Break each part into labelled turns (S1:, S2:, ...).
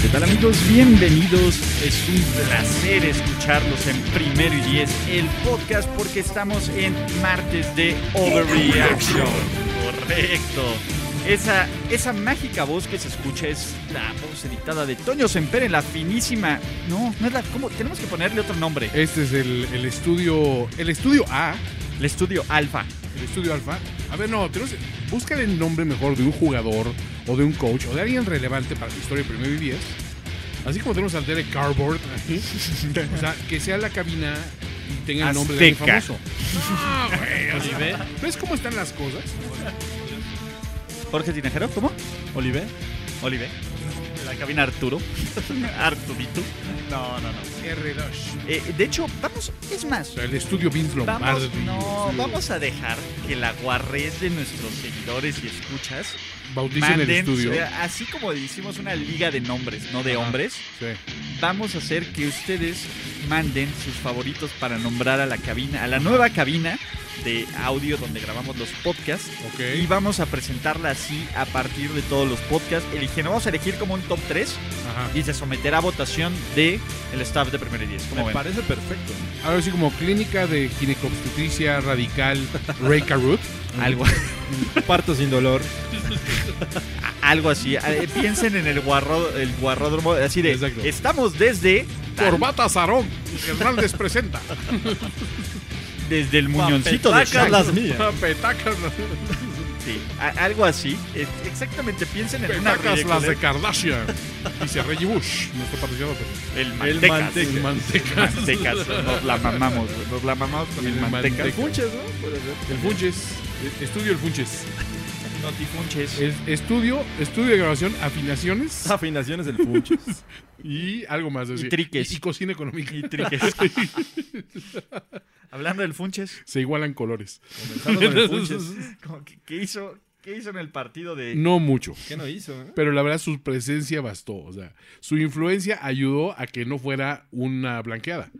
S1: ¿Qué tal amigos? Bienvenidos. Es un placer escucharlos en Primero y Diez, el podcast, porque estamos en martes de Overreaction. Correcto. Esa, esa mágica voz que se escucha es la voz editada de Toño Semper en la finísima... No, no es la... ¿Cómo? Tenemos que ponerle otro nombre.
S2: Este es el, el estudio. El estudio A.
S1: El estudio Alfa.
S2: El estudio Alfa. A ver, no, tenemos, buscan el nombre mejor de un jugador o de un coach o de alguien relevante para la historia de primero y diez. Así como tenemos al Derek Cardboard. aquí. o sea, que sea la cabina y tenga el nombre de alguien
S1: Azteca. Eh,
S2: famoso. No, güey, o sea, ¿Ves cómo están las cosas?
S1: Jorge Tinajero, ¿cómo? Olive. Olive. En la cabina Arturo. Arturito. No, no, no.
S2: R2.
S1: Eh, de hecho, vamos... Es más,
S2: O sea, el estudio Vince Lombardi.
S1: Vamos, no,
S2: Sí.
S1: vamos a dejar que la guarrez de nuestros seguidores y escuchas
S2: Bauticen el
S1: manden,
S2: estudio.
S1: o sea, así como hicimos una liga de nombres, no de
S2: Ajá.
S1: hombres,
S2: Sí.
S1: vamos a hacer que ustedes manden sus favoritos para nombrar a la cabina, a la nueva cabina de audio donde grabamos los podcasts y
S2: Ok.
S1: vamos a presentarla así a partir de todos los podcasts. Eligiendo, vamos a elegir como un top 3
S2: Ajá.
S1: y se someterá a votación de el staff de Primera y Diez. ¿Cómo
S3: Me
S1: ven?
S3: parece perfecto.
S2: Ahora sí, como clínica de ginecobstetricia radical Ray Carut.
S1: Algo.
S3: Mm. Parto sin dolor.
S1: Algo así. Eh, Piensen en el, guarro, el guarródromo, así de.
S2: Exacto.
S1: Estamos desde. tal-
S2: Corbata Sarón. Hernández presenta.
S1: desde el muñoncito de
S3: Papetacas
S1: Shaq.
S3: las mías.
S2: Petacas, las-
S1: Sí, a- algo así. Eh, Exactamente, piensen en una
S2: petacas las de
S3: ¿eh?
S1: ridiculez.
S2: Kardashian. Dice Reggie Bush, nuestro patrocinador.
S1: El
S3: El
S1: mantecas.
S3: manteca.
S1: El
S2: Mantecas.
S1: mantecas. Nos la mamamos, güey, Nos la mamamos con
S2: El
S1: el, mantecas.
S2: mantecas.
S3: Funches, ¿no? Puede ser.
S2: El Funches. eh, Estudio el Funches.
S1: Notifunches.
S2: Es- estudio, estudio de grabación, afinaciones
S3: Afinaciones del Funches.
S2: y algo más. decir.
S1: triques.
S2: Y, y cocina económica.
S1: Y triques. Hablando del funches,
S2: Se igualan colores.
S3: Comenzando con el Funches.
S1: como que- ¿qué hizo? ¿Qué hizo en el partido de
S2: No mucho.
S3: ¿Qué no hizo? eh?
S2: Pero la verdad, su presencia bastó. O sea, su influencia ayudó a que no fuera una blanqueada.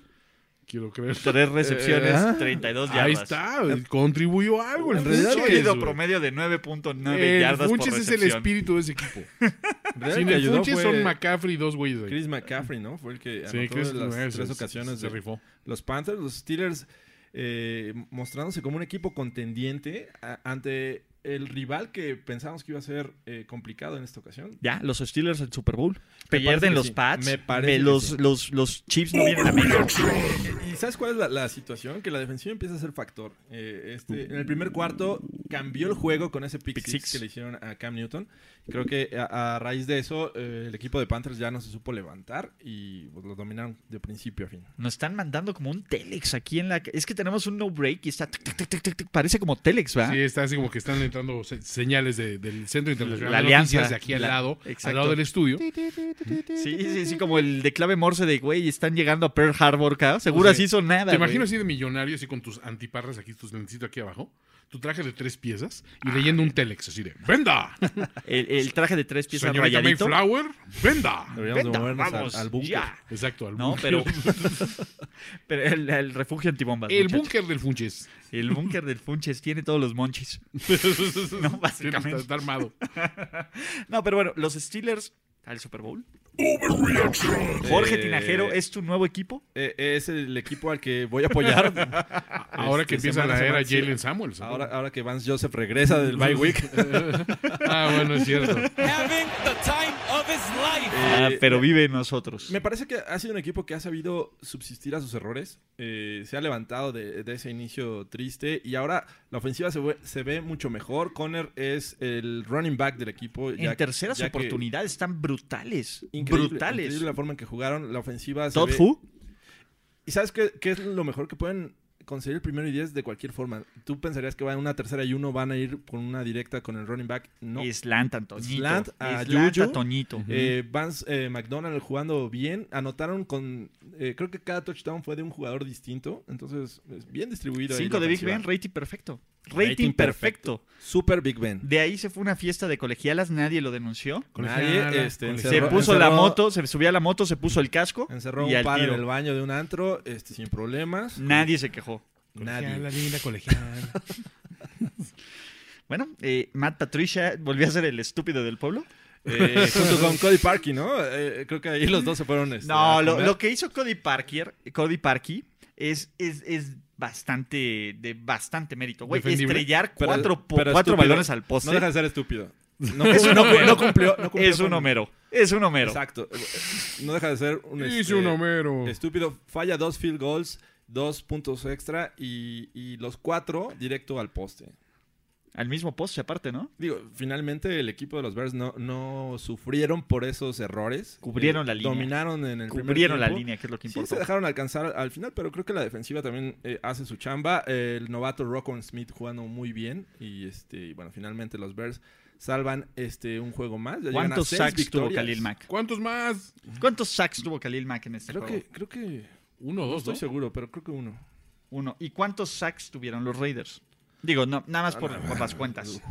S2: Quiero creer.
S1: tres recepciones,
S3: Eh, ah.
S1: 32 yardas?
S2: Ahí está. Contribuyó algo. El
S3: En realidad,
S1: Un
S2: Funches,
S1: sólido
S2: güey.
S1: promedio de 9.9
S2: El
S1: yardas por
S2: Funches es el
S1: recepción.
S2: espíritu de ese equipo.
S3: En realidad,
S2: Sin
S3: el
S2: el
S3: que ayudó
S2: Funches
S3: fue
S2: son McCaffrey y dos güeyes. ahí.
S3: Chris McCaffrey, ¿no? Fue el que anotó
S2: Chris
S3: las
S2: McCaffrey
S3: tres
S2: se-
S3: ocasiones
S2: se
S3: de
S2: rifó.
S3: los Panthers, los Steelers, eh, mostrándose como un equipo contendiente a- ante el rival que pensábamos que iba a ser eh, complicado en esta ocasión.
S1: Ya, los Steelers el Super Bowl.
S3: Me parece
S1: Pierden
S3: que
S1: los
S3: sí.
S1: Pats.
S3: Me parece que
S1: los,
S3: sí.
S1: los, los Chiefs no vienen a menos.
S3: ¿Y sabes cuál es la, la situación? Que la defensiva empieza a ser factor. Eh, este, en el primer cuarto cambió el juego con ese pick,
S1: Pick
S3: six
S1: six.
S3: que le hicieron a Cam Newton. Creo que a, a raíz de eso eh, el equipo de Panthers ya no se supo levantar y pues, lo dominaron de principio a fin.
S1: Nos están mandando como un Telex aquí en la. Es que tenemos un no break y está. tic, tic, tic, tic, tic, tic. Parece como Telex,
S3: Ah.
S1: ¿verdad?
S2: Sí, está así como que están entrando se- señales de- del Centro Internacional
S1: La
S2: de
S1: alianza.
S2: Noticias de aquí al
S1: La-
S2: lado,
S1: exacto.
S2: al lado del estudio.
S1: Sí, sí, sí, como el de clave morse de güey, están llegando a Pearl Harbor, cabrón. Seguro
S2: O sea,
S1: así hizo nada.
S2: Te imagino
S1: güey.
S2: así de millonario, así con tus antiparras aquí, tus lentecitos aquí abajo, tu traje de tres piezas y leyendo un telex así de ¡Venda!
S1: El, el traje de tres piezas
S2: Señorita
S1: rayadito.
S2: Mayflower, ¡Venda!
S3: Deberíamos de
S1: Venda,
S3: movernos al-
S1: vamos,
S3: al búnker.
S1: ya.
S2: Exacto, al
S1: No,
S2: búnker.
S1: pero. pero el, el refugio antibombas.
S2: El
S1: muchachos.
S2: búnker del Funches.
S1: El búnker del Funches tiene todos los monchis. No,
S2: Sí, está,
S1: básicamente.
S2: está armado.
S1: No, pero bueno, los Steelers al Super Bowl. Jorge
S3: Eh,
S1: Tinajero es tu nuevo equipo.
S3: Eh, es el equipo al que voy a apoyar.
S2: Ahora que
S3: Este,
S2: empieza
S3: semana
S2: la
S3: a
S2: era
S3: semana, sí.
S2: Jalen Samuels. ¿no?
S3: ahora, ahora que Vance Joseph regresa del bye week. Eh,
S2: ah, bueno, es cierto.
S4: having the time of his life.
S1: Ah,
S3: eh,
S1: pero vive en nosotros.
S3: Me parece que ha sido un equipo que ha sabido subsistir a sus errores. eh, se ha levantado de, de ese inicio triste y ahora la ofensiva se ve, se ve mucho mejor. Conner es el running back del equipo.
S1: en terceras
S3: ya que-
S1: oportunidades están brutales.
S3: increíble,
S1: brutales.
S3: increíble la forma en que jugaron. La ofensiva se
S1: Todd
S3: ve-
S1: Fu,
S3: ¿Y sabes qué, qué es lo mejor que pueden conseguir el primero y diez de cualquier forma. Tú pensarías que va en una tercera y uno, van a ir con una directa con el running back. No.
S1: Y Slant a Toñito.
S3: Slant a
S1: Slant
S3: Juju.
S1: Toñito.
S3: Eh, Vance eh, McDonald jugando bien. Anotaron con. eh, creo que cada touchdown fue de un jugador distinto. Entonces, es bien distribuido. ahí
S1: Cinco
S3: la
S1: de Big Ben,
S3: ofensiva.
S1: rating perfecto. Rating,
S3: Rating
S1: perfecto.
S3: Super Big Ben.
S1: De ahí se fue una fiesta de colegialas, nadie lo denunció.
S3: Nadie, este,
S1: Se,
S2: Se
S3: encerró-
S1: puso la
S3: encerró-
S1: moto, se subía a la moto, se puso el casco
S3: Encerró
S1: y
S3: un
S1: al
S3: par en
S1: tiro.
S3: el baño de un antro, este, sin problemas.
S1: Nadie se quejó.
S3: Nadie.
S2: linda colegial.
S1: Bueno, eh, Matt Patricia volvió a ser el estúpido del pueblo.
S3: Eh, junto con Cody Parkey, ¿no? Eh, creo que ahí los dos se fueron. este,
S1: No,
S3: a
S1: lo,
S3: comer.
S1: lo que hizo Cody Parker, Cody Parkey, es, es, es bastante, de bastante mérito. Güey,
S2: Defendible.
S1: estrellar
S3: Pero-
S1: cuatro, po-
S3: pero
S1: cuatro
S3: estúpido.
S1: balones al poste.
S3: No deja de ser estúpido. No,
S1: es un
S3: no-
S1: homero.
S3: no cumplió, no cumplió
S1: es un
S3: con-
S1: homero. Es un homero.
S3: Exacto. No deja de ser un,
S2: Hice
S3: este,
S2: un Homero.
S3: estúpido. Falla dos field goals, dos puntos extra y, y los cuatro directo al poste.
S1: Al mismo poste, aparte, ¿no?
S3: Digo, finalmente el equipo de los Bears no, no sufrieron por esos errores. Eh,
S1: Cubrieron la línea.
S3: Dominaron en el primer
S1: Cubrieron la
S3: tiempo.
S1: línea, que es lo que
S3: Sí,
S1: importa.
S3: se dejaron alcanzar al- al final, pero creo que la defensiva también eh, hace su chamba. El novato Rocco Smith jugando muy bien. Y este, y bueno, finalmente los Bears salvan este un juego más. Ya llegan a
S1: ¿Cuántos
S3: seis
S1: sacks tuvo
S3: victorias.
S1: Khalil Mack?
S2: ¿Cuántos más?
S1: ¿Cuántos sacks tuvo Khalil Mack en este
S3: Creo
S1: juego?
S3: que, creo que.
S2: Uno,
S3: No
S2: dos,
S3: estoy
S2: dos.
S3: seguro, pero creo que uno.
S1: Uno. ¿Y cuántos sacks tuvieron los Raiders? Digo, no, nada más por, por las cuentas.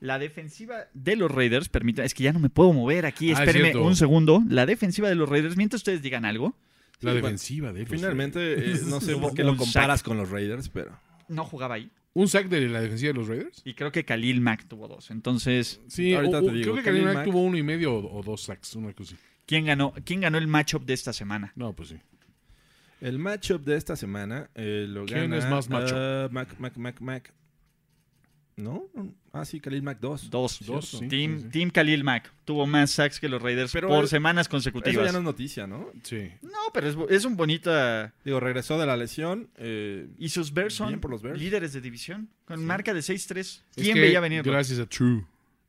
S1: La defensiva de los Raiders, permita, es que ya no me puedo mover aquí,
S2: Ah, es
S1: espérenme
S2: cierto.
S1: un segundo. La defensiva de los Raiders, mientras ustedes digan algo,
S2: La
S3: Sí,
S2: defensiva de los
S3: Finalmente, eh, no sé
S1: Hubo
S3: por qué lo
S1: un
S3: comparas con los Raiders, pero.
S1: no jugaba ahí.
S2: ¿Un sack de la defensiva de los Raiders?
S1: Y creo que Khalil Mack tuvo dos. Entonces,
S2: Sí,
S3: Ahorita
S2: o-
S3: te
S2: o-
S3: digo,
S2: creo que
S3: Khalil
S2: Khalil Mack
S3: Mack.
S2: tuvo uno y medio o, o dos sacks, una cosa así.
S1: ¿quién ganó, ¿quién ganó el matchup de esta semana?
S2: No, pues sí.
S3: El matchup de esta semana eh, lo
S2: ¿Quién
S3: gana,
S2: es más macho?
S3: ah, Mac, Mac, Mac, Mac. ¿No? Ah, sí, Khalil Mac 2.
S1: Dos.
S2: Dos, sí,
S1: team,
S2: sí, sí.
S1: team Khalil Mack tuvo más sacks que los Raiders
S3: Pero
S1: por
S3: el-
S1: semanas
S3: Eso
S1: consecutivas.
S3: ya no
S1: no...
S3: es noticia, ¿no?
S2: Sí.
S1: pero es, es un bonita...
S3: Digo, regresó de la lesión. eh,
S1: Y sus Bears son
S3: Bien por los Bears.
S1: líderes de división con marca de 6-3.
S2: Es
S1: ¿Quién
S2: que
S1: veía venir?
S2: Gracias a True.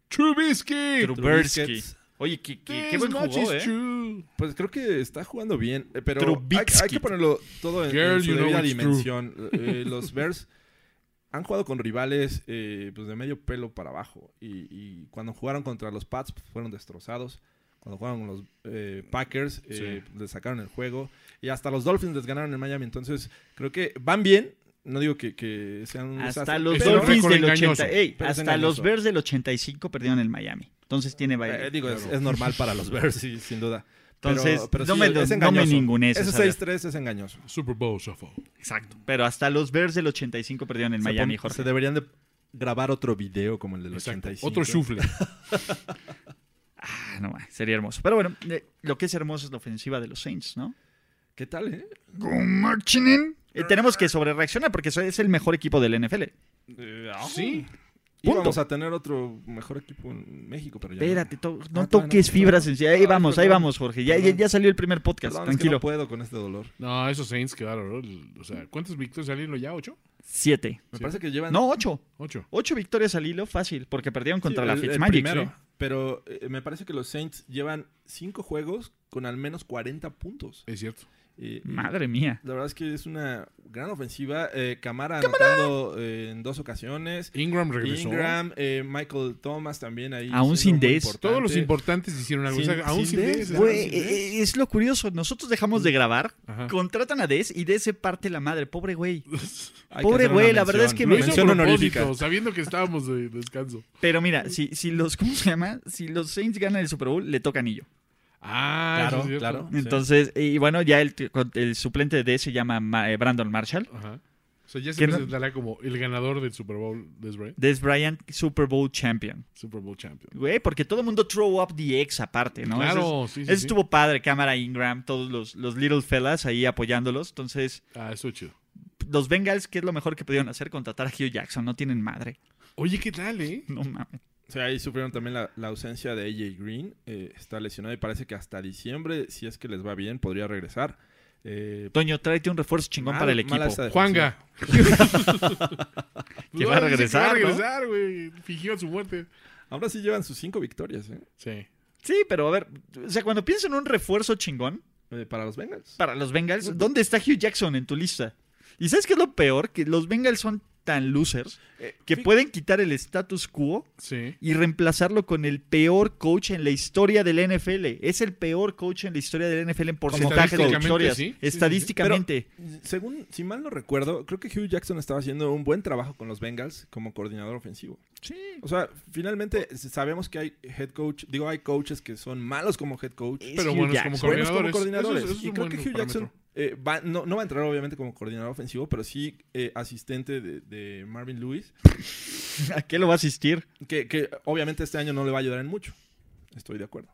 S2: Trubisky.
S1: Trubisky.
S3: Trubisky.
S1: Oye, qué, qué, qué
S2: This
S1: buen
S2: much is
S1: jugó, ¿eh?
S2: true.
S3: Pues creo que está jugando bien, eh, pero hay,
S1: Trubisky.
S3: hay que ponerlo todo en, en
S2: Girl,
S3: su
S2: you know
S3: debida
S2: it's
S3: dimensión. Eh, los Bears han jugado con rivales eh, pues de medio pelo para abajo y, y cuando jugaron contra los Pats pues, fueron destrozados. Cuando jugaron con los eh, Packers eh, les sacaron el juego y hasta los Dolphins les ganaron en Miami. Entonces creo que van bien. No digo que, que sean un
S1: Hasta
S3: desastre,
S1: los
S3: pero-
S1: Dolphins
S2: récord
S1: del
S2: engañoso.
S1: 80. Ey,
S3: Pero es
S1: hasta los
S3: engañoso.
S1: Bears del 85 perdieron en Miami. Entonces tiene baile.
S3: Eh, digo, es, es normal para los Bears, sí, sin duda. Pero-
S1: Entonces,
S3: pero
S1: no
S3: sí,
S1: me
S3: es
S1: lo- no me
S3: engañoso.
S1: ningunees
S3: Ese
S1: esa
S3: 6-3 es engañoso.
S2: Super Bowl Shuffle.
S1: Exacto. Pero hasta los Bears del 85 perdieron en
S3: Se
S1: Miami,
S3: pon-
S1: Jorge.
S3: Se deberían de grabar otro video como el del
S2: Exacto.
S3: 85.
S2: Otro shuffle.
S1: Ah, no, ma, sería hermoso. Pero bueno, eh, lo que es hermoso es la ofensiva de los Saints, ¿no?
S3: ¿Qué tal, eh?
S1: Go marching in. Eh, tenemos que sobrereaccionar porque eso es el mejor equipo del NFL.
S2: sí.
S3: Y
S1: Punto.
S3: vamos a tener otro mejor equipo en México, pero ya.
S1: Espérate, to- no
S3: Ah, todavía
S1: toques
S3: no.
S1: fibras sencillas. Ahí
S3: Ay,
S1: vamos, ahí
S3: perdón.
S1: vamos, Jorge. Ya, ya,
S3: Perdón.
S1: ya salió el primer podcast,
S3: Perdón, es que
S1: tranquilo.
S3: no puedo con este dolor.
S2: No, esos Saints quedaron. ¿no? O sea, ¿cuántas victorias salieron ya? ¿Ocho?
S1: Siete.
S3: Me parece que llevan.
S1: No, ocho.
S2: Ocho.
S1: Ocho victorias al hilo, fácil, porque perdieron
S3: sí,
S1: contra la
S3: el- el
S1: Fitzmagic.
S3: primero,
S1: sí.
S3: Pero eh, me parece que los Saints llevan cinco juegos con al menos 40 puntos.
S2: Es cierto.
S3: Eh,
S1: Madre mía.
S3: La verdad es que es una gran ofensiva. Eh, Camara anotando eh, en dos ocasiones.
S2: Ingram regresó.
S3: Ingram, eh, Michael Thomas también ahí.
S1: Aún
S3: siendo
S1: sin
S3: muy
S1: Dez.
S3: importante.
S2: Todos los importantes hicieron algo.
S3: Sin-
S2: o sea, aún
S3: sin
S2: sin
S3: Dez,
S2: Dez,
S3: güey.
S2: sin Dez.
S1: eh, es lo curioso. Nosotros dejamos de grabar,
S2: Mm. Ajá.
S1: contratan a Des y Des se parte la madre. Pobre güey.
S3: Hay que
S1: Pobre
S3: hacer una
S1: güey, la verdad es
S3: mención.
S1: que
S2: Lo
S1: me-
S2: hizo a
S3: mención honorífica.
S2: propósito, sabiendo que estábamos de descanso.
S1: Pero mira, si, si los, ¿cómo se llama? Si los Saints ganan el Super Bowl, le toca anillo.
S2: Ah,
S3: Claro,
S2: eso es cierto.
S3: claro. Sí.
S1: Entonces, y bueno, ya el, el suplente de Des se llama Ma- eh, Brandon Marshall.
S2: Ajá. O sea, ya se
S1: Que no-
S2: presentará como el ganador del Super Bowl, ¿es right?
S1: Des Bryant, Super Bowl Champion.
S2: Super Bowl Champion.
S1: Güey, porque todo el mundo throw up the ex aparte, ¿no?
S2: Claro,
S1: Eso es-
S2: sí, sí,
S1: eso
S2: sí.
S1: estuvo padre, cámara Ingram, todos los, los little fellas ahí apoyándolos. Entonces,
S2: Ah, eso es chido.
S1: los Bengals, ¿qué es lo mejor que pudieron hacer? Contratar a Hugh Jackson, no tienen madre.
S2: Oye, ¿qué tal, eh?
S1: No mames.
S3: O sea, ahí sufrieron también la, la ausencia de AJ Green. eh, está lesionado y parece que hasta diciembre, si es que les va bien, podría regresar. Eh,
S1: Toño, tráete un refuerzo chingón
S3: mal-
S1: para el
S3: mala
S1: equipo.
S3: esa defensiva.
S2: Juanga.
S1: Que va a
S2: No, dice que
S1: regresar, ¿no?
S2: va a regresar, güey. Fingió su muerte.
S3: Ahora sí llevan sus cinco victorias ¿eh?
S2: Sí.
S1: Sí, pero a ver, o sea, cuando pienso en un refuerzo chingón
S3: Eh, para los Bengals.
S1: para los Bengals, ¿dónde está Hugh Jackson en tu lista? ¿Y sabes qué es lo peor? Que los Bengals son tan losers
S2: Eh,
S1: que pueden quitar el status quo
S2: Sí.
S1: y reemplazarlo con el peor coach en la historia del NFL. Es el peor coach en la historia del NFL en porcentaje de
S2: Estadísticamente,
S1: victorias.
S2: sí. Sí, sí, sí.
S1: Estadísticamente.
S3: Según, si mal no recuerdo, creo que Hugh Jackson estaba haciendo un buen trabajo con los Bengals como coordinador ofensivo.
S1: Sí.
S3: O sea, finalmente
S1: Oh.
S3: sabemos que hay head coach, digo, hay coaches que son malos como head coach.
S1: Es
S2: Pero
S1: Hugh
S2: bueno, como
S1: Jackson.
S3: buenos
S2: coordinadores.
S3: como coordinadores.
S2: Eso es- eso es
S3: y
S2: un
S3: creo
S2: buen
S3: que Hugh
S2: parámetro.
S3: Jackson eh, va- no, no va a entrar obviamente como coordinador ofensivo, pero sí eh, asistente de, de Marvin Lewis,
S1: ¿A qué lo va a asistir?
S3: que, que obviamente este año no le va a ayudar en mucho. Estoy de acuerdo.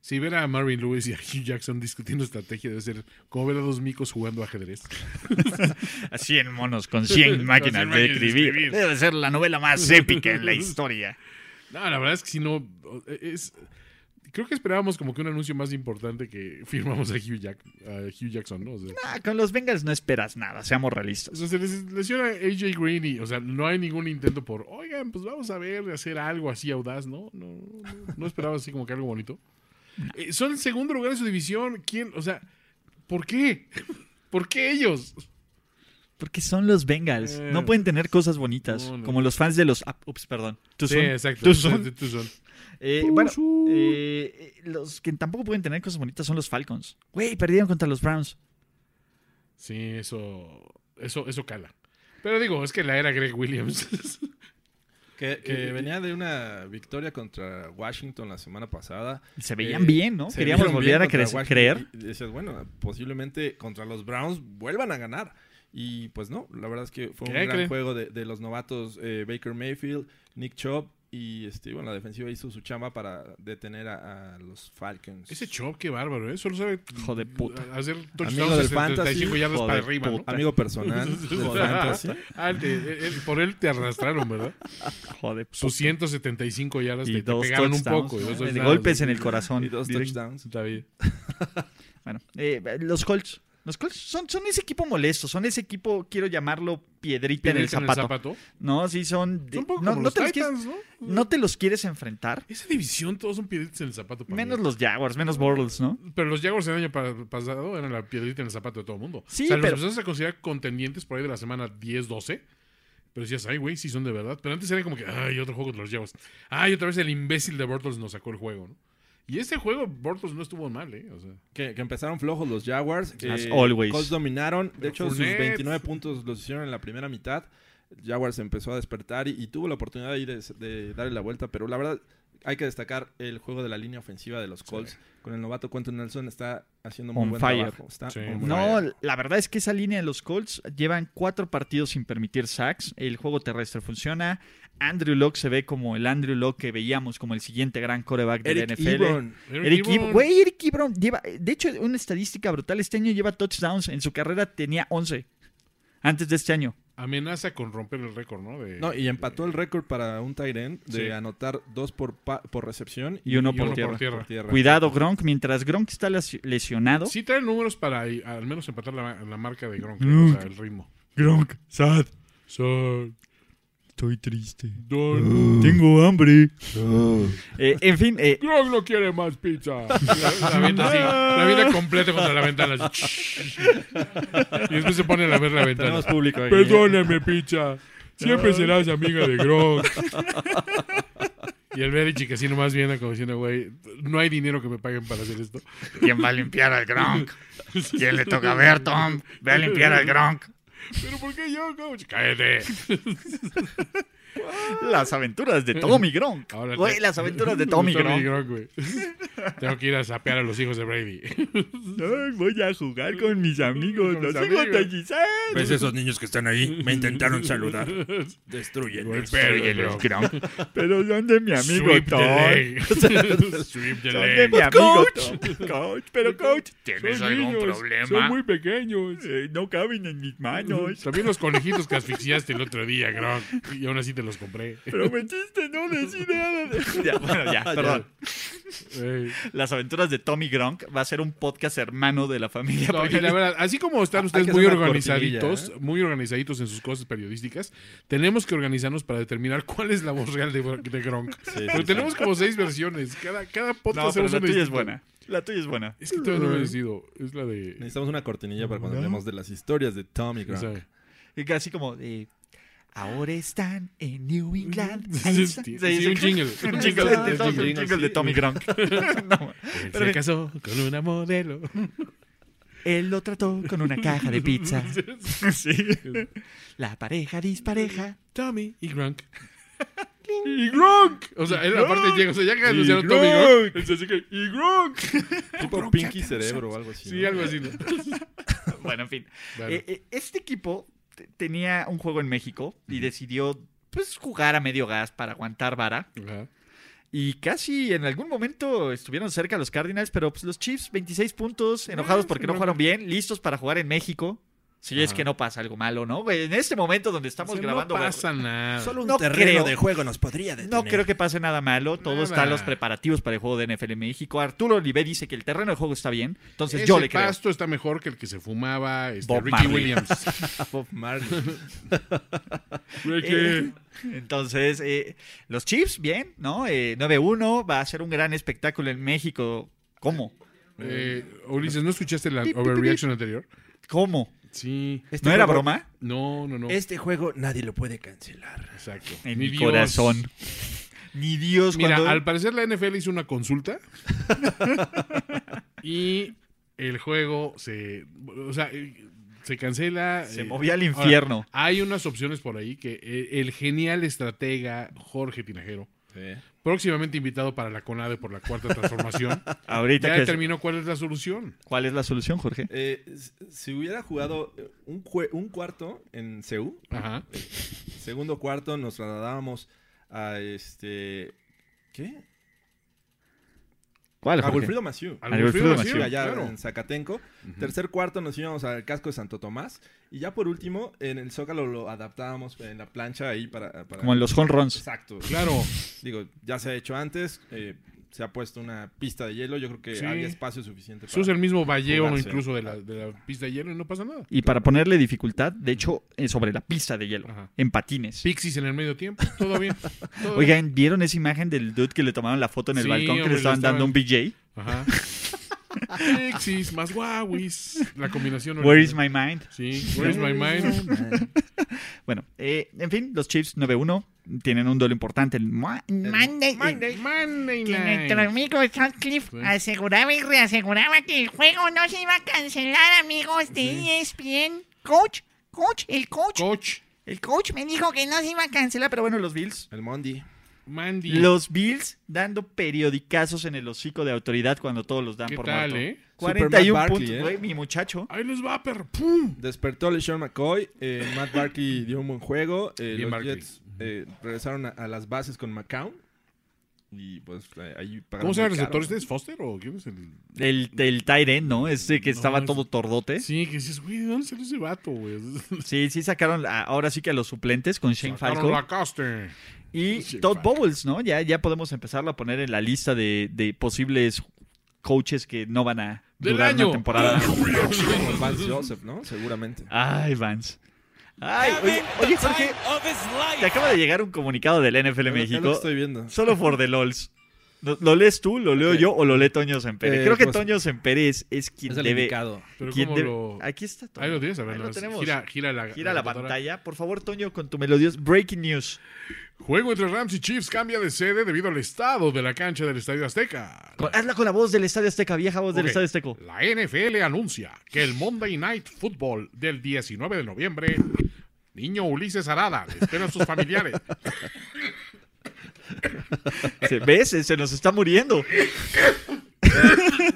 S2: Si ver a Marvin Lewis y a Hugh Jackson discutiendo estrategia debe ser como ver a dos micos jugando ajedrez.
S1: A 100 monos con
S2: 100 máquinas de escribir.
S1: Debe ser la novela más épica en la historia.
S2: No, la verdad es que si no. Es, creo que esperábamos como que un anuncio más importante que firmamos a Hugh, Jack- a Hugh Jackson, ¿no? O sea,
S1: Ah, con los Bengals no esperas nada, seamos realistas.
S2: o sea, se les lesiona AJ Green y, o sea, no hay ningún intento por, oigan, pues vamos a ver, hacer algo así audaz, ¿no? No, no, no esperaba así como que algo bonito. Eh, son el segundo lugar en su división. ¿Quién? O sea, ¿por qué? ¿Por qué ellos?
S1: Porque son los Bengals.
S2: Eh,
S1: No pueden tener cosas bonitas.
S2: no, no.
S1: Como los fans de los. ah, ups, perdón. Tú
S2: Sí,
S1: son.
S2: exacto.
S1: Tú son.
S2: Tú son.
S1: Eh,
S2: Tú
S1: bueno,
S2: son.
S1: eh, eh, los que tampoco pueden tener cosas bonitas son los Falcons. Güey, perdieron contra los Browns.
S2: Sí, eso, eso, eso cala. Pero digo, es que la era Greg Williams.
S3: Que, que
S2: Eh,
S3: venía de una victoria contra Washington la semana pasada.
S1: Y Se veían
S3: Eh,
S1: bien, ¿no?
S3: se
S1: Queríamos
S3: vieron
S1: volver
S3: bien
S1: a
S3: contra
S1: cre-
S3: Washington
S1: creer.
S3: Y decías, bueno, posiblemente contra los Browns vuelvan a ganar. Y pues no, la verdad es que fue un
S2: ¿Qué
S3: gran
S2: creen?
S3: juego de, de los novatos eh, Baker Mayfield, Nick Chubb y este, bueno, la defensiva hizo su chamba para detener a, a los Falcons.
S2: Ese Chop, qué bárbaro, ¿eh? Solo sabe
S1: Hijo de puta.
S2: hacer
S3: Amigo
S2: touchdowns de
S3: del
S2: 75
S3: fantasy,
S2: yardas
S1: hijo
S2: para
S1: de
S2: arriba. ¿no?
S1: puta.
S3: Amigo personal del fantasy.
S2: Ah, te- eh, eh, por él te arrastraron, ¿verdad?
S1: Joder. pues,
S2: Sus 175 yardas
S1: Y
S2: te, te
S1: dos
S2: pegaron un
S1: touchdowns,
S2: poco. y
S1: ¿no?
S2: dos
S1: De
S2: touchdowns.
S1: golpes en el corazón.
S3: Y dos
S1: Directo.
S3: touchdowns.
S2: Está bien.
S1: Bueno, eh, los Colts. Los Colts son, son ese equipo molesto. Son ese equipo, quiero llamarlo piedrita en el
S2: Piedrita en
S1: zapato. No, sí, son. de-
S2: Son un poco
S1: no, no
S2: como los
S1: te los quieres,
S2: Titans, ¿no?
S1: no te los quieres enfrentar.
S2: Esa división, todos son piedritas en el zapato. para
S1: Menos
S2: mí. ¿eh?
S1: los Jaguars, menos Bortles, ¿no?
S2: Pero los Jaguars el año pa- pasado eran la piedrita en el zapato de todo el mundo.
S1: Sí,
S2: o sea, los
S1: pero-
S2: empezamos a considerar contendientes por ahí de la semana 10, 12. Pero decías, ay, güey, sí son de verdad. Pero antes era como que, ay, otro juego de los Jaguars. Ay, otra vez el imbécil de Bortles nos sacó el juego, ¿no? Y este juego, Bortles no estuvo mal, ¿eh? O sea,
S3: Que, que empezaron flojos los Jaguars.
S1: As
S3: eh,
S1: always.
S3: Colts dominaron. De
S2: Pero
S3: hecho, sus
S2: Fournette.
S3: 29 puntos los hicieron en la primera mitad. Jaguars empezó a despertar y, y tuvo la oportunidad de, ir es- de darle la vuelta. Pero la verdad, hay que destacar el juego de la línea ofensiva de los Colts. Con el novato Quentin Nelson está haciendo muy
S1: On
S3: buen
S1: fire.
S3: trabajo. Está
S2: Sí.
S3: on
S2: No,
S1: No, la verdad es que esa línea de los Colts llevan cuatro partidos sin permitir sacks. El juego terrestre funciona. Andrew Locke se ve como el Andrew Locke que veíamos como el siguiente gran coreback de
S3: Eric
S1: la NFL.
S3: Ebron.
S2: Eric
S1: Eric
S2: Ebron-
S1: Ebron. Güey, Eric Ebron lleva. De hecho, una estadística brutal. Este año lleva touchdowns. En su carrera tenía 11. Antes de este año.
S2: amenaza con romper el récord, ¿no? De-
S3: No, y empató el récord para un tight end de
S2: Sí.
S3: anotar dos por, pa- por recepción y
S1: Y uno
S2: y
S1: por
S2: uno
S1: tierra.
S2: por tierra.
S3: por tierra.
S1: Cuidado, Gronk. Mientras Gronk está lesio- lesionado.
S2: Sí trae números para eh, al menos empatar la, la marca de Gronk, ¿eh? o
S1: Gronk.
S2: sea, el ritmo.
S1: Gronk, sad.
S2: So,
S1: Estoy triste.
S2: don-
S1: Tengo hambre. en fin, eh,
S2: Gronk no quiere más pizza. La, la avienta así, la avienta completa contra la ventana. así. Y después se pone a ver la ventana.
S3: Tenemos público aquí.
S2: Perdóname, pizza. Siempre serás amiga de Gronk. Y el Berichi que así nomás viene como diciendo, güey, no hay dinero que me paguen para hacer esto.
S5: ¿Quién va a limpiar al Gronk? ¿Quién le toca ver, Tom? Ve a limpiar al Gronk.
S2: ¿Pero por qué yo, coach? Cállate.
S1: las aventuras de Tommy Gronk.
S2: Ahora
S1: Güey,
S2: te-
S1: las aventuras de Tommy Gronk.
S2: güey. Tengo que ir a sapear a los hijos de Brady.
S1: Ay, voy a jugar con mis amigos,
S2: Con
S1: los
S2: mis
S1: hijos de
S2: amigos.
S1: Giselle.
S6: ¿Ves esos niños que están ahí? Me intentaron saludar. Destruyen.
S2: Pero
S5: Gronk.
S1: Pero son de mi amigo
S2: Sweep the
S1: Tom.
S2: leg. Sweep the
S1: Son de
S2: leg.
S1: mi amigo Tom. Coach, pero coach,
S5: ¿Tienes algún
S2: Son
S5: problema?
S2: muy pequeños.
S1: eh, no caben en mis manos.
S2: También los conejitos que asfixiaste el otro día, Gronk. Y aún así te los compré.
S1: Prometiste no decir nada. de- Ya, bueno, ya, perdón.
S2: Ey.
S1: Las aventuras de Tommy Gronk va a ser un podcast hermano de la familia.
S2: No, y
S1: porque-
S2: la verdad, así como están
S3: Hay
S2: ustedes
S3: que
S2: muy
S3: hacer una
S2: organizaditos,
S3: cortinilla, ¿eh?
S2: muy organizaditos en sus cosas periodísticas, tenemos que organizarnos para determinar cuál es la voz real de, de Gronk.
S3: Sí,
S2: Porque
S3: sí,
S2: tenemos como seis versiones. Cada, cada
S1: No,
S2: podcast
S1: pero
S2: hacemos
S1: la
S2: una
S1: tuya es
S2: distinta.
S1: buena. La tuya es buena.
S2: Es que todavía no me decido. Es la de.
S3: Necesitamos una cortinilla para cuando hablemos de las historias de Tommy
S2: o
S3: Grant.
S2: sea,
S1: Y Casi como de, Ahora están en New England.
S2: Sí,
S1: Ahí están.
S2: sí,
S1: Sí,
S2: sí,
S1: sí.
S2: un jingle.
S1: Un jingle de-
S2: Un
S1: un
S2: jingle,
S1: jingle de Tommy Grant. No, pero
S2: se casó con una modelo.
S1: Él lo trató con una caja de pizza. Sí. La pareja dispareja.
S2: Tommy y Gronk. y Gronk. O sea, él aparte llega. O sea, ya que anunciaron Tommy
S3: Gronk.
S2: Gronk. Entonces, así que, y Gronk.
S3: Tipo Pinky Cerebro o algo así.
S2: Sí,
S3: ¿no?
S2: algo así. ¿no?
S1: Bueno, en fin.
S2: Bueno.
S1: Eh, eh, este equipo te- tenía un juego en México y decidió pues jugar a medio gas para aguantar vara.
S2: Ajá.
S1: Y casi en algún momento estuvieron cerca los Cardinals, pero pues los Chiefs 26 puntos, enojados porque Mm, no jugaron bien, listos para jugar en México. Si es que no pasa algo malo, ¿no? En este momento donde estamos
S2: O sea,
S1: grabando,
S2: No pasa nada.
S6: Solo un
S1: No
S6: terreno
S1: creo.
S6: de juego nos podría detener.
S1: No creo que pase nada malo. Todo
S2: Nada.
S1: está en los preparativos para el juego de NFL en México. Arturo Olivé dice que el terreno de juego está bien. Entonces
S2: Ese
S1: yo le creo.
S2: pasto está mejor que el que se fumaba este,
S1: Bob
S2: Ricky
S1: Marley.
S2: Williams.
S3: Bob Marley.
S1: Eh, entonces, eh, los Chiefs, bien, ¿no? Eh, 9-1, va a ser un gran espectáculo en México. ¿Cómo?
S2: Eh, Ulises, ¿no escuchaste la overreaction anterior?
S1: ¿Cómo?
S2: Sí.
S6: Este
S1: ¿No era
S6: juego-
S1: broma?
S2: No, no, no.
S6: Este juego nadie lo puede cancelar.
S2: Exacto.
S1: En
S2: Ni
S1: mi
S2: Dios.
S1: corazón. Ni Dios
S2: Mira,
S1: Pues cuando...
S2: al parecer la NFL hizo una consulta y el juego se, o sea, eh, se cancela.
S1: Se
S2: eh,
S1: movía al
S2: ahora,
S1: infierno.
S2: hay unas opciones por ahí que eh, el genial estratega Jorge Tinajero,
S3: Sí.
S2: próximamente invitado para la CONADE por la cuarta transformación,
S1: Ahorita
S2: ya
S1: que-
S2: determinó cuál es la solución.
S1: ¿Cuál es la solución, Jorge?
S3: Eh, s- si hubiera jugado eh, un, jue- un cuarto en CEU,
S2: Ajá.
S3: segundo cuarto nos trasladábamos a este. ¿Qué?
S1: ¿Cuál,
S3: A
S1: Jorge?
S3: Wilfrido Massieu.
S2: Al
S1: Al
S2: Wilfrido
S1: Wilfrido
S2: Massieu,
S3: Sí, allá
S2: claro.
S3: en Zacatenco. Tercer cuarto nos íbamos al casco de Santo Tomás. Y ya por último, en el Zócalo lo adaptábamos en la plancha ahí para. para-
S1: Como en los home runs.
S3: Exacto.
S2: Claro.
S3: Digo, ya se ha hecho antes. eh, se ha puesto una pista de hielo. Yo creo que
S2: Sí.
S3: había espacio suficiente
S2: Se usa el mismo valleo
S3: Jugarse.
S2: incluso de la, de la pista de hielo y no pasa nada.
S1: Y para ponerle dificultad, de hecho, eh, sobre la pista de hielo,
S2: Ajá.
S1: en patines.
S2: Pixies en el medio tiempo, todo bien. todo bien.
S1: Oigan, ¿vieron esa imagen del dude que le tomaron la foto en el
S2: Sí,
S1: balcón que
S2: hombre,
S1: le
S2: lo
S1: estaban dando
S2: estaban-
S1: un BJ?
S2: Ajá. Pixies más guauis. La combinación.
S1: Where is
S2: original.
S1: my mind?
S2: Sí, where is my mind?
S1: Bueno, eh, en fin, los Chiefs 9-1 tienen un duelo importante. El Mo-
S7: Monday,
S2: Monday
S7: que nuestro
S2: night.
S7: amigo Sutcliffe
S4: Pues.
S7: aseguraba y reaseguraba que el juego no se iba a cancelar, amigos de E ESPN. Coach, coach, el coach,
S2: Coach
S7: el coach me dijo que no se iba a cancelar, pero bueno,
S1: los Bills.
S3: El Mondi.
S2: Mandy.
S1: Los Bills dando periodicazos en el hocico de autoridad cuando todos los dan
S2: ¿Qué
S1: por
S2: tal,
S1: muerto.
S2: eh?
S1: 41
S3: Superman Barkley,
S1: puntos,
S3: ¿eh?
S1: güey, mi muchacho.
S2: Ahí les va, perro. ¡Pum!
S3: Despertó LeSean McCoy. eh, Matt Barkley dio un buen juego. eh,
S2: Bien,
S3: los
S2: Barkley.
S3: Jets eh, regresaron a, a las bases con McCown. Y pues eh, ahí pagaron
S2: ¿Cómo se llama el
S3: muy
S2: receptor?
S3: caro.
S2: ¿Este es Foster o quién es el.?
S1: El, el Tyren, ¿no? Este que estaba
S2: es-
S1: todo tordote. Sí,
S2: Sí, que dices, güey, ¿de dónde salió ese vato, güey?
S1: sí, sacaron a- ahora sí que a los suplentes con Shane Falco.
S2: Sacaron la
S1: Este.
S2: caster.
S1: Y
S2: Sí,
S1: Todd
S2: Falco.
S1: Bowles, ¿no? Ya, ya podemos empezarlo a poner en la lista de, de posibles coaches que no van a
S2: Del
S1: durar
S2: año.
S1: una temporada.
S3: Con Vance Joseph, ¿no? Seguramente.
S1: Ay, Vance. Ay, oye,
S4: Having the
S1: oye, Jorge,
S4: time of his
S1: te
S4: life.
S1: acaba de llegar un comunicado del NFL
S3: Es lo- es lo
S1: México.
S3: que estoy viendo.
S1: Solo for the LOLs. ¿Lo, lo lees tú, lo leo
S3: Ok.
S1: yo o lo lee Toño Sempere?
S3: Eh,
S1: Creo que
S3: pues-
S1: Toño Sempere es, es quien
S3: Es el
S1: debe.
S3: indicado.
S2: Pero
S1: quien
S2: cómo
S1: debe-
S2: lo.
S1: Aquí está Toño.
S2: Ahí lo tienes, a ver.
S1: Ahí lo
S2: nada más.
S1: tenemos.
S2: Gira, gira la.
S1: Gira la
S2: computadora.
S1: pantalla. Por favor, Toño, con tu melodioso Breaking News.
S2: Juego entre Rams y Chiefs cambia de sede debido al estado de la cancha del Estadio Azteca.
S1: Con- hazla con la voz del Estadio Azteca, vieja voz del
S2: Ok.
S1: Estadio Azteca.
S2: La NFL anuncia que el Monday Night Football del 19 de noviembre, niño Ulises Arada, le espera a sus familiares.
S1: Se- ¿Ves? Se- Se nos está muriendo.